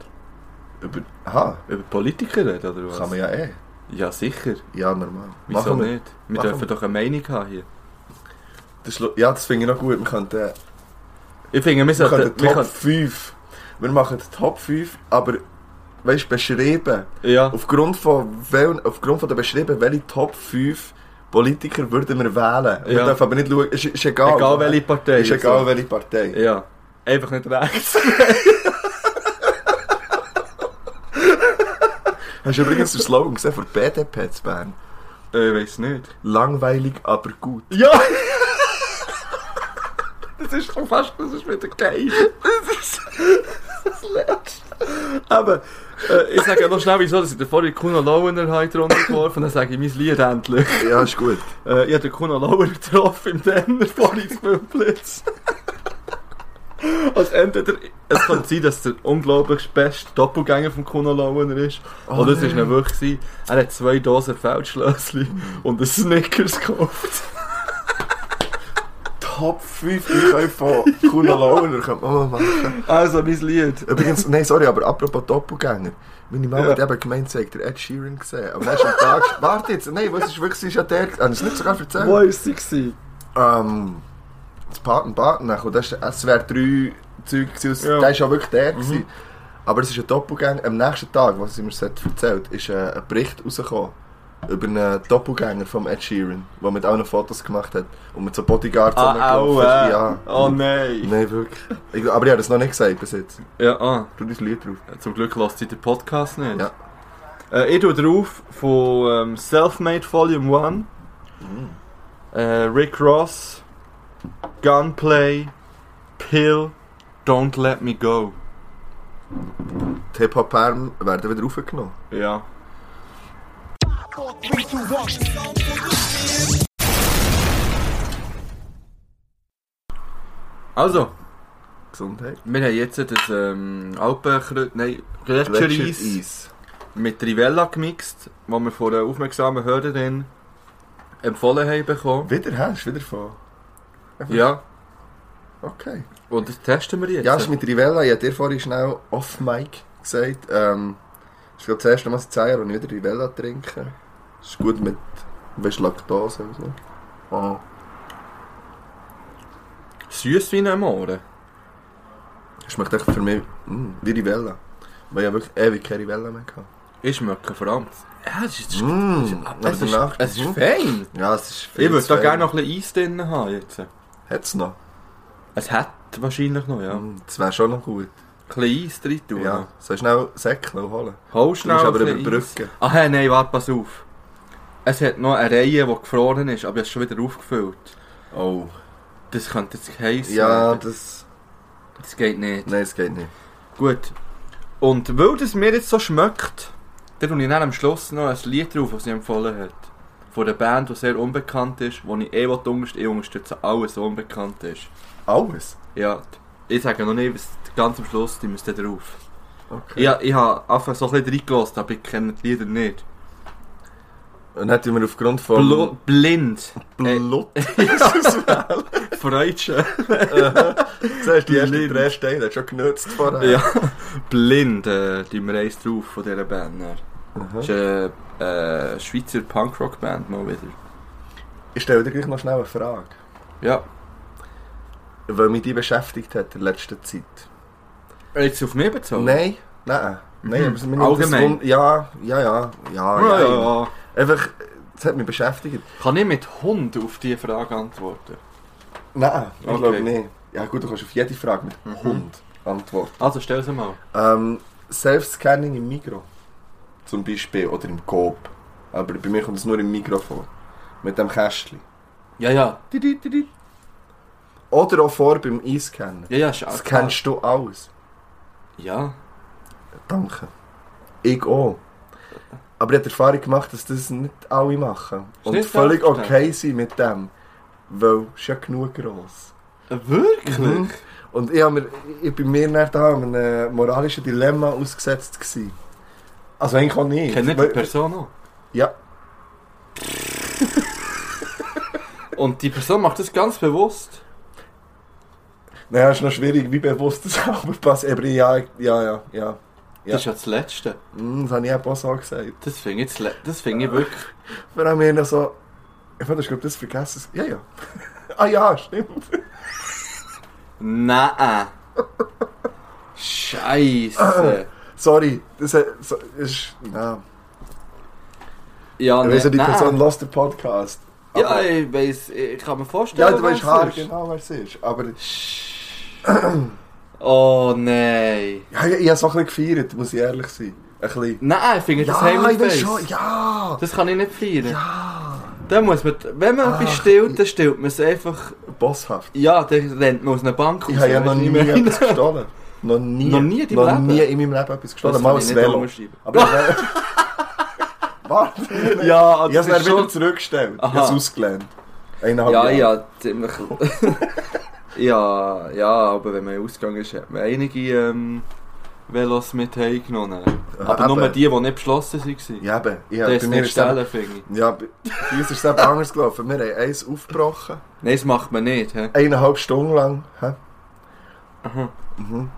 Über, aha,
Über Politiker reden oder was?
kann man ja eh.
Ja, sicher.
Ja, normal.
Wieso
Machen wir.
nicht? Wir
Machen
dürfen
wir.
doch eine Meinung haben hier.
Das ist lo- ja, das finde ich noch gut. Wir könnten... Äh,
Ich finde, wir
Wir können
sollten.
Top
wir können-
5. Wir machen die Top 5, aber weißt du, beschrieben.
Ja,
Aufgrund von, welchen, aufgrund von der beschrieben, welche Top 5 Politiker würden wir wählen. Wir
Ja.
dürfen aber nicht schauen, ist, ist egal.
egal welche Partei.
Ist egal welche Partei.
Ja. Einfach nicht rechts.
Hast du übrigens den Slogan gesehen von der BDP zu Bern?
Äh, ich weiß nicht.
Langweilig, aber gut.
Ja! das ist schon fast, das ist wieder geil.
Aber
Äh, ich sage ja noch schnell, wieso, dass ich vorhin Kuno Lauener heute runtergeworfen habe, dann sage ich mein Lied endlich.
ja, ist gut.
Äh, ich habe den Kuno Lauerer getroffen im Denner, vorhin zu Bümplitz. Also entweder, es kann sein, dass der unglaublich beste Doppelgänger von Kuno Lauener ist,
Oh
oder es war
nein.
nicht wirklich, gewesen. er hat zwei Dosen Feldschlössli und einen Snickers gekauft.
Top 5 Einkäufe von Kuna Launer könnte Oh, man mal machen.
Also mein Lied.
Übrigens, nein, sorry, aber apropos Doppelgänger. Meine Mama
Ja.
hat eben gemeint, sie hat den Ed Sheeran gesehen. Am nächsten Tag. Warte jetzt, nein, was ist wirklich? Sie ist ja der. Habe ich es nicht sogar erzählt?
Wo ist sie? gewesen?
Ähm. Das Paten Paten. Und das ist SWR 3 Zeug. gewesen.
Ja. Mhm.
Der ist ja wirklich der. gewesen. Aber es ist ein Doppelgänger. Am nächsten Tag, was sie mir erzählt hat, ist äh, ein Bericht rausgekommen. Über einen Doppelgänger von Ed Sheeran, der mit allen Fotos gemacht hat und mit so Bodyguards
Ah,
rumgelaufen
au,
ist.
äh.
Ja.
Oh nein.
Nein, wirklich. Ich, aber ich habe das noch nicht gesagt bis jetzt.
Ja, ah.
Tu dein Lied drauf.
Zum Glück lasst ihr den Podcast nicht.
Ja.
Äh, ich tue drauf von ähm, Selfmade Volume 1.
Mm.
Äh, Rick Ross, Gunplay, Pill, Don't Let Me Go.
Die Hip-Hop-Perm werden wieder aufgenommen.
Ja. Also,
Gesundheit.
wir haben jetzt das ähm, Alpenkreuz, nein, Gletschereis
Eis.
mit Rivella gemixt, was wir von einer aufmerksamen Hörerin empfohlen haben bekommen.
Wieder hast du wieder von.
Ja,
Okay.
und das testen wir jetzt.
Ja, es ist mit Rivella. Ich habe dir vorhin schnell off-mic gesagt. Ähm, ich glaube, das erste Mal seit 10 Jahren, als ich wieder Rivella trinke. Es ist gut mit weißt, Laktose und so. Oh.
süß wie ein Mohren.
Es schmeckt echt für mich mm, wie Rivella. Weil ich habe wirklich ewig keine Rivella mehr hatte.
Ich schmecke vor allem. Ja, es ist,
Mm,
es ist,
nach der Nacht.
es ist
Mhm.
fein.
Ja, es ist viel
Ich würde
zu
da
fein.
gerne noch ein bisschen Eis drin haben jetzt.
Hat's noch?
Es hat wahrscheinlich noch, ja. Ein
Mm, Das wäre schon noch gut.
bisschen Eis drin tun.
Ja. Soll ich schnell Säcke noch holen?
Hol
Du
schnell
musst aber
ein bisschen Eis.
überbrücken.
Ach hey, nein, warte, pass auf. Es hat noch eine Reihe, die gefroren ist, aber es ist schon wieder aufgefüllt.
Oh.
Das könnte jetzt heiß
Ja,
werden.
das.
Das geht nicht.
Nein, es geht nicht.
Gut. Und weil das mir jetzt so schmeckt, dann tue ich dann am Schluss noch ein Lied drauf, das sie empfohlen hat. Von einer Band, die sehr unbekannt ist, wo ich eh unterstütze. Ich unterstütze alles, was unbekannt ist.
Alles?
Ja, ich sage noch nicht, was ganz am Schluss, die müssen dann drauf.
Okay.
Ja, ich habe einfach so ein bisschen reingelassen, aber ich kenne die Lieder nicht.
Und hätten wir aufgrund von.
Bl blind.
Blut.
Äh. Freudchen.
Zuerst die ersten
Blind.
drei Steine, hat schon genutzt vorher.
ja. Blind, äh, die wir eins drauf von dieser Band. dann.
Aha.
Das ist eine äh, Schweizer Punkrock-Band mal wieder.
Ich stelle dir gleich noch schnell eine Frage,
Ja.
weil mich die beschäftigt hat in letzter Zeit.
Jetzt auf mich bezogen?
Nein, nein. Nein,
Oh. Mhm.
aber wir nehmen das
Allgemein.
Grund- Ja, ja, ja. Ja,
Ah,
ja.
ja, ja.
Einfach, es hat mich beschäftigt.
Kann ich mit Hund auf diese Frage antworten?
Nein, ich
Okay. Mhm.
glaube nicht. Ja gut, du kannst auf jede Frage mit Hund antworten.
Also stell sie mal.
Ähm, Self-Scanning im Mikro. Zum Beispiel. Oder im Coop. Aber bei mir kommt es nur im Mikrofon. Mit dem Kästchen.
Ja, ja.
Oder auch vor beim Einscannen.
Ja, ja, ist
Das
auch
kennst du alles.
Ja.
Danke. Ich auch. Aber ich habe die Erfahrung gemacht, dass das nicht alle machen.
Ist
Und
nicht
völlig okay
selbstverständlich.
sind mit dem. Weil es ist ja genug gross.
Äh, Wirklich?
Mhm. Und ich, hab mir, ich bin mir nicht da einem moralischen Dilemma ausgesetzt. Gewesen. Also eigentlich auch nicht.
Kennt ihr die
Weil-
Person auch?
Ja.
Und die Person macht das ganz bewusst.
Naja, ist noch schwierig, wie bewusst das aber passt. Aber ja, ja, ja, ja. Ja.
Das ist ja das Letzte.
Hm, Das habe ich eben auch so gesagt.
Das finde ich, das Le- das finde ich wirklich.
Vor allem haben wir so... Ich fand, ich glaube, das vergessen. Ja, ja. ah ja, stimmt.
Nein. Scheiße.
Sorry. Das äh, so- ist... Ja.
Ja,
Ich
ne-
weiss ja, die
Ah, nein.
Person lässt den Podcast.
Ja,
Aber-
ich weiss, ich kann mir vorstellen.
Ja, du weißt
was
hart
es ist.
genau, wer es ist. Aber
Oh nein.
ja, ich, ich habe es auch ein bisschen gefeiert, muss ich ehrlich sein. Ein bisschen.
Nein, ich finde das
Ja, ich weiß
Heimface.
schon. Ja.
Das kann ich nicht feiern. Ja. Dann muss man, wenn man
Ah.
etwas stillt, dann stillt man es einfach.
Bosshaft.
Ja, dann rennt man aus einer Bank raus,
Ich habe ja noch
weisst du,
nie
was ich meine?
etwas gestohlen. Noch nie.
Noch nie in deinem
Noch
Leben?
nie in meinem Leben etwas gestohlen.
Das
Mal
kann ich
ein
nicht
Velo.
unterschreiben.
Aber ich wäre... Warte.
Ja,
Ich habe
das
es dann
ist schon...
wieder zurückgestellt. Ich
Aha.
habe es ausgelernt. Eineinhalb
Ja,
Jahre.
ja, ziemlich... ja, ja, aber wenn man ausgegangen ist, hat man einige ähm, Velos mit heimgenommen. Aber
Äh, eben.
nur die, die nicht beschlossen waren.
Ja, eben. Ich,
das
bei
ist
mir
nicht
ist es
stellen, finde ich.
ja, bei bei uns ist es eben anders gelaufen. Wir haben eins aufgebrochen,
Nein, das macht man nicht. He?
eineinhalb Stunden lang. hä?
Aha.
Mhm.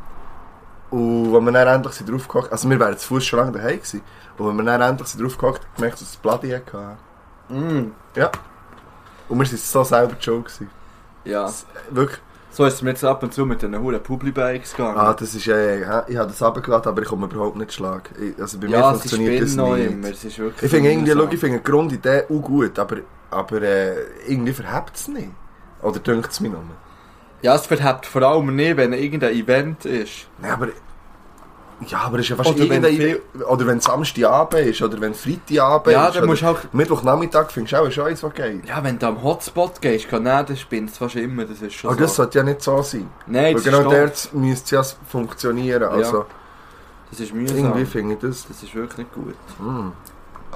Und wenn wir dann endlich sind draufgehockt also wir wären zu Fuß schon lange daheim gewesen, und wenn wir dann endlich sind draufgehockt haben, gemerkt, dass es Bloody hatte.
Mm,
Und wir sind so selber schon gewesen.
ja.
Das- Wirklich.
So ist es mir jetzt ab und zu mit diesen huren Publibikes gegangen.
Ah, das ist eh, hä? ich habe das runtergeladen, aber ich komme überhaupt nicht schlag. Ich- Also bei mir
ja, sie
funktioniert das
spinnen noch
nicht.
immer. Es ist wirklich
Ich finde irgendwie, schau,
mühsam.
ich finde die Grundidee auch gut, aber, aber äh, irgendwie verhebt es nicht. Oder dünkt es mir nur?
Ja, es verhebt vor allem nicht, wenn irgendein Event ist.
Nein, aber. Ja, aber es ist ja fast
Oder wenn
irgendein. oder wenn Samstagabend ist, oder wenn Freitagabend
Ja,
ist.
dann
oder
musst du halt-
Mittwochnachmittag findest du auch schon eins, was geht.
Ja, wenn du am Hotspot gehst, kann er, dann spinnst du fast immer. Das ist schon
Aber Oh, das
so.
sollte ja nicht so sein.
Nein,
Weil
das,
genau
ist doof.
dort müsste es ja funktionieren. Also,
das ist mühsam.
irgendwie finde ich das.
Das ist wirklich nicht gut.
Mm.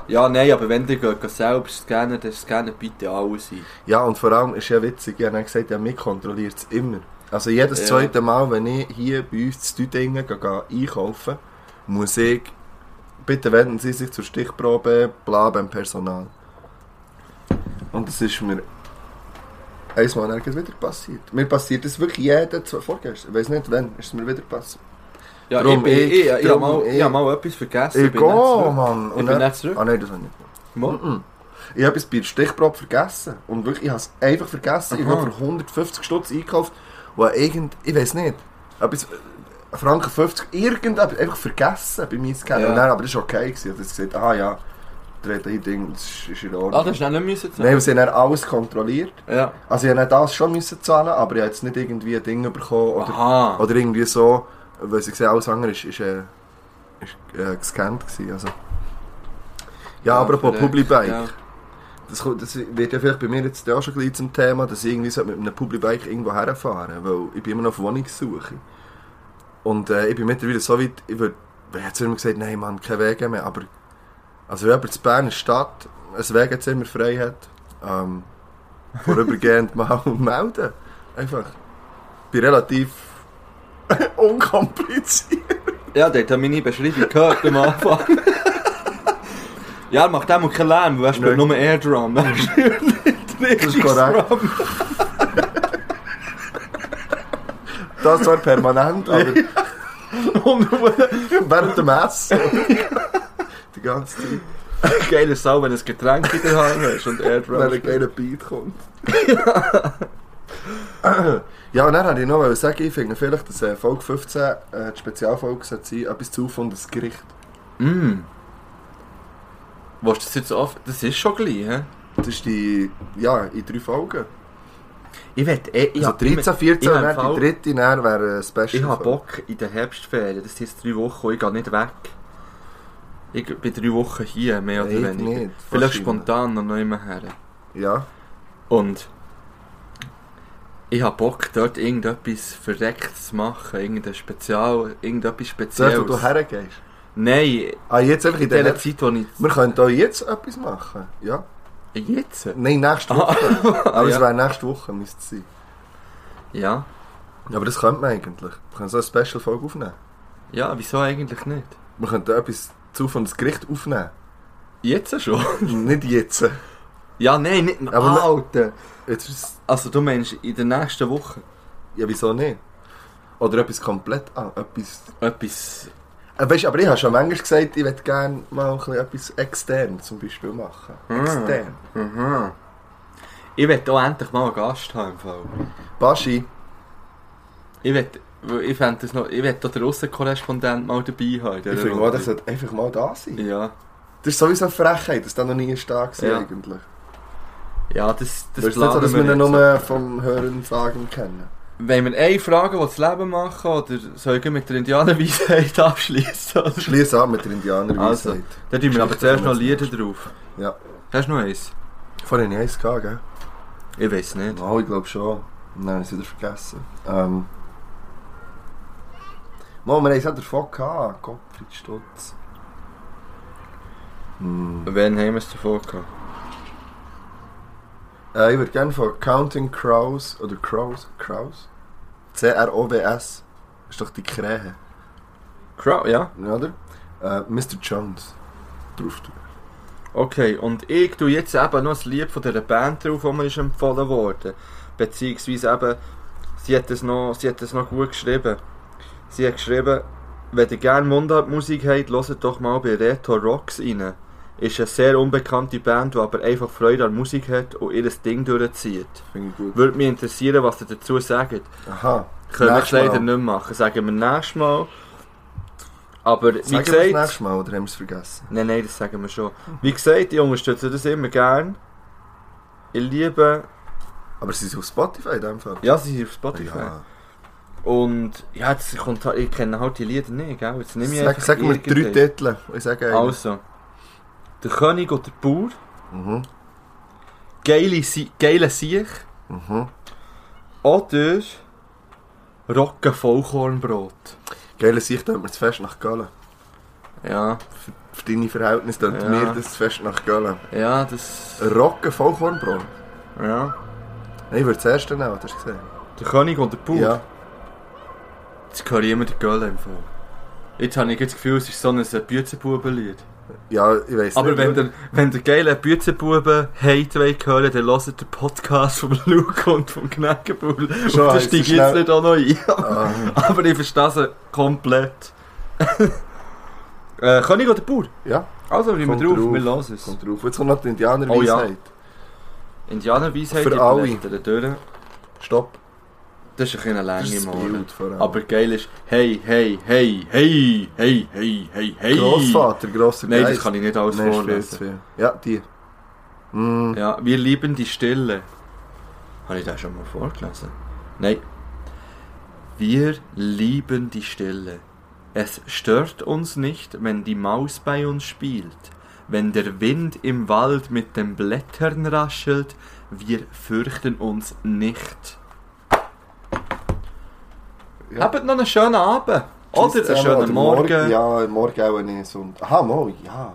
Ja, nein, aber wenn du geht, geht selbst scannen, dann scannen bitte alles ein.
Ja, und vor allem ist ja witzig, ich habe dann gesagt, ja, mich kontrolliert es immer. Also jedes
Ja.
zweite Mal, wenn ich hier bei uns zu Dingen einkaufe, muss ich, bitte wenden Sie sich zur Stichprobe, bla beim Personal. Und das ist mir einmal nirgends wieder passiert. Mir passiert das wirklich jeden zwei, vorgestern. Ich weiß nicht wann, ist es mir wieder passiert.
Ja,
Drum
ich, bin,
ich,
ich, ich, ich,
drum
hab mal, ich.
ich.
hab mal etwas vergessen.
Ich gehe,
nicht zurück.
Mann.
Ich
Und
bin
dann,
nicht zurück.
ah nein, das habe ich nicht.
Mal.
Mhm. Ich habe es bei der Stichprobe vergessen. Und wirklich, ich habe es einfach vergessen. Ich
Aha.
habe für 150 Stutz einkauft. Und irgend, ich weiß nicht, etwas, äh, Franken 50, irgendetwas, einfach vergessen bei mir zu kennen.
Ja.
Und dann, aber das war okay. Gewesen. Ich habe gesagt, ah ja, dreht hier Ding, das ist, ist in Ordnung.
Ah, das ist nicht müssen
Nein, weil sie haben dann alles kontrolliert.
Ja.
Also ich habe dann das schon müssen zahlen, aber ich habe jetzt nicht irgendwie ein Ding bekommen oder,
Aha.
oder irgendwie so, weil sie gesehen alles andere ist, ist, äh, ist äh, gescannt gewesen. Also. Ja, apropos
vielleicht,
Publibike.
ja.
Das, kommt- das wird ja vielleicht bei mir jetzt auch schon gleich zum Thema, dass ich irgendwie so mit einem Publibike irgendwo herfahren weil ich bin immer noch auf Wohnungssuche. Und äh, ich bin mittlerweile so weit, ich würde, ich hätte immer gesagt, nein Mann, keine Wege mehr, aber also wenn jemand in Bern eine Stadt ein Wegezimmer frei hat, ähm, vorübergehend mal melden. Einfach. Ich bin relativ unkompliziert.
Ja, der hat ja meine Beschreibung gehört am Anfang. ja, mach dem keinen Lärm, weil er spielt
Nein.
nur Airdrum. Er spielt nicht
ist
richtig
korrekt.
Drum.
Das zwar permanent, aber
Und nur-
während dem Essen. Die ganze Zeit.
Geil ist auch, wenn du ein Getränk in der Hand hast und Airdrum.
Wenn ein geiler Beat kommt. ja, und dann wollte ich noch wollte sagen, ich finde vielleicht, dass äh, Folge 15 äh, die Spezialfolge sollte sein etwas zu von das Gericht.
Mm. Willst du das jetzt auf? Das ist schon gleich, hä?
Das ist die, ja, in drei Folgen.
Ich werde eh. Ich
also 13, 14
ich
und
hab
dann die
Fall-
dritte, dann wäre ein Special.
Ich habe
Folge.
Bock in den Herbstferien, das sind jetzt drei Wochen, und ich gehe nicht weg. Ich bin drei Wochen hier, mehr oder
Nein,
weniger.
nicht,
Vielleicht
wahrscheinlich.
spontan noch nicht mehr her.
Ja.
Und Ich hab Bock, dort irgendetwas Verrecktes zu machen, irgendein Spezial, irgendetwas
Dort,
Spezielles.
wo du hergehst.
Nein,
Ah, jetzt einfach in
in der
der...
Zeit, wo ich...
Wir könnten auch jetzt etwas machen. Ja.
Jetzt?
Nein, nächste Woche. Aber es
Ah. Ja.
wäre nächste Woche, müsste es sein.
Ja.
Aber das könnte man eigentlich. Wir können so eine Special-Folge aufnehmen.
Ja, wieso eigentlich nicht?
Wir könnten etwas zu von das Gericht aufnehmen.
Jetzt schon?
Nicht jetzt.
Ja, nein, nicht...
Aber-
Alter!
Jetzt ist es...
Also du meinst in der nächsten Woche
Ja, wieso nicht? Oder etwas komplett an. Etwas...
etwas...
Äh, Weißt, aber ich habe schon manchmal gesagt, ich würde gerne mal ein bisschen etwas extern zum Beispiel machen.
Ah.
Extern.
Aha. Ich will auch endlich mal einen Gast haben im Fall.
Baschi,
Ich will... weil Ich fände das noch... Ich will auch den Russenkorrespondent mal dabei haben. in dieser
ich finde mal,
Runde.
das sollte einfach mal da sein.
Ja.
Das ist sowieso eine Frechheit, dass das noch nie ist da war
Ja.
eigentlich.
Ja, das...
Das
Das
weißt du nicht so,
planen
dass wir ihn
jetzt.
nur vom Hören sagen kennen?
Wollen wir eine Frage, die das Leben machen, oder soll ich mit der Indianerweisheit abschließen?
Schließ an mit der Indianerweisheit.
Also. Dann tun wir aber
Geschichte
zuerst noch
kommen wir
Lieder drauf.
Ja.
Hast du noch eins?
Vorhin hatte ich eins, gehabt, gell?
Ich weiß nicht.
Oh, ich glaube schon. Nein, ich habe es wieder vergessen. Ähm... Mann, wir haben es auch davon gehabt. Gottfried Stutz. Hm.
Wann haben wir es davor gehabt?
Äh, ich würde gerne von Counting Crows oder Crows. Crows? C-R-O-W-S. Ist doch die Krähe,
Crow, ja.
oder? Äh, Mr. Jones. Drauf tun.
Okay, und ich tue jetzt eben noch ein Lied von dieser Band drauf, das mir ist empfohlen wurde. Beziehungsweise eben, sie hat es noch, sie hat es noch gut geschrieben. Sie hat geschrieben, wenn ihr gerne Mundartmusik habt, hört doch mal bei Reto Rocks rein. Ist eine sehr unbekannte Band, die aber einfach Freude an Musik hat und ihr Ding durchzieht.
Finde ich gut.
Würde mich interessieren, was ihr dazu sagt.
Aha.
Können wir es
Nächstes
leider
Mal.
nicht machen, sagen wir nächstes Mal. Aber wie
Sagen wir das
gesagt...
nächstes Mal oder haben wir es vergessen?
Nein, nein, das sagen wir schon. Wie gesagt, ich unterstütze das immer gern. Ich liebe.
Aber sie sind auf Spotify in dem Fall.
eh, Ja, sie sind auf Spotify.
Ja.
Und ja, jetzt kommt, halt- ich kenne halt die Lieder nicht, gell? Jetzt nehme ich
Sag,
einfach
sag mir drei
irgendeinen.
Titel. Ich sage einen.
Also. Der König und der Bauer.
Mhm.
Geile, Sie geile Sieg.
Mhm.
Oder. Rocken Vollkornbrot.
Geile Sicht tut mir das Fest nach Gallen.
Ja,
Für deine Verhältnisse tut
Ja.
mir das Fest nach Gallen.
ja, das.
Rocken Vollkornbrot.
Ja.
Nein, ich würde das erste nehmen, hast du gesehen?
Der König und der Bauer.
Ja.
Jetzt höre ich immer den Girl im Fall. Jetzt habe ich das Gefühl, es ist so ein Büzenbubenlied.
Ja, ich weiß
Aber wenn ihr, wenn ihr geile Büzenbuben Hate wollt hören, dann hört den Podcast von Luke und vom Knäckebull. Und
Schon,
da
jetzt
steige ich
schnell-
jetzt nicht auch noch ein.
Ah,
Aber ich verstehe sie komplett. äh, König oder Bauer?
ja,
Also, wir
Kommt
drauf, drauf,
drauf.
wir hören es.
kommt drauf. Jetzt kommt noch die Indianerweisheit.
Oh ja. Indianerweisheit
Für
in
alle.
Blätter durch.
Stopp.
Das ist ein
Das
bisschen eine
ist
Länge,
das
Mann.
Bild vor allem.
Aber geil ist, hey, hey, hey, hey, hey, hey, hey, hey.
Grossvater, grosser
Nein, das
Geist.
kann ich nicht alles
Nein, ist viel zu
vorlesen.
viel. Ja, die. Mm,
Ja, wir lieben die Stille. Habe ich das schon mal vorgelesen? Nein. Wir lieben die Stille. Es stört uns nicht, wenn die Maus bei uns spielt, wenn der Wind im Wald mit den Blättern raschelt, wir fürchten uns nicht.
Ja.
Habt noch einen schönen Abend
Tschüss
oder einen
zusammen,
schönen Morgen. Ja,
Ja, morgen auch nicht. Sonntag. Aha, morgen, ja.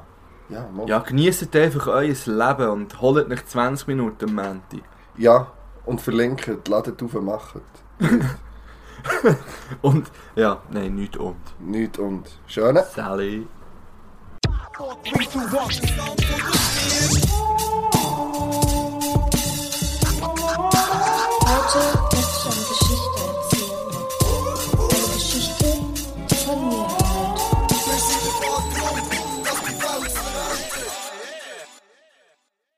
Ja, morgen.
ja genießt einfach euer Leben und holt nicht 20 Minuten am Montag.
Ja, und verlinken, ladet auf und macht.
Und, ja, nein, nicht und.
Nicht und. Schöne.
Sally.
Three, two, one.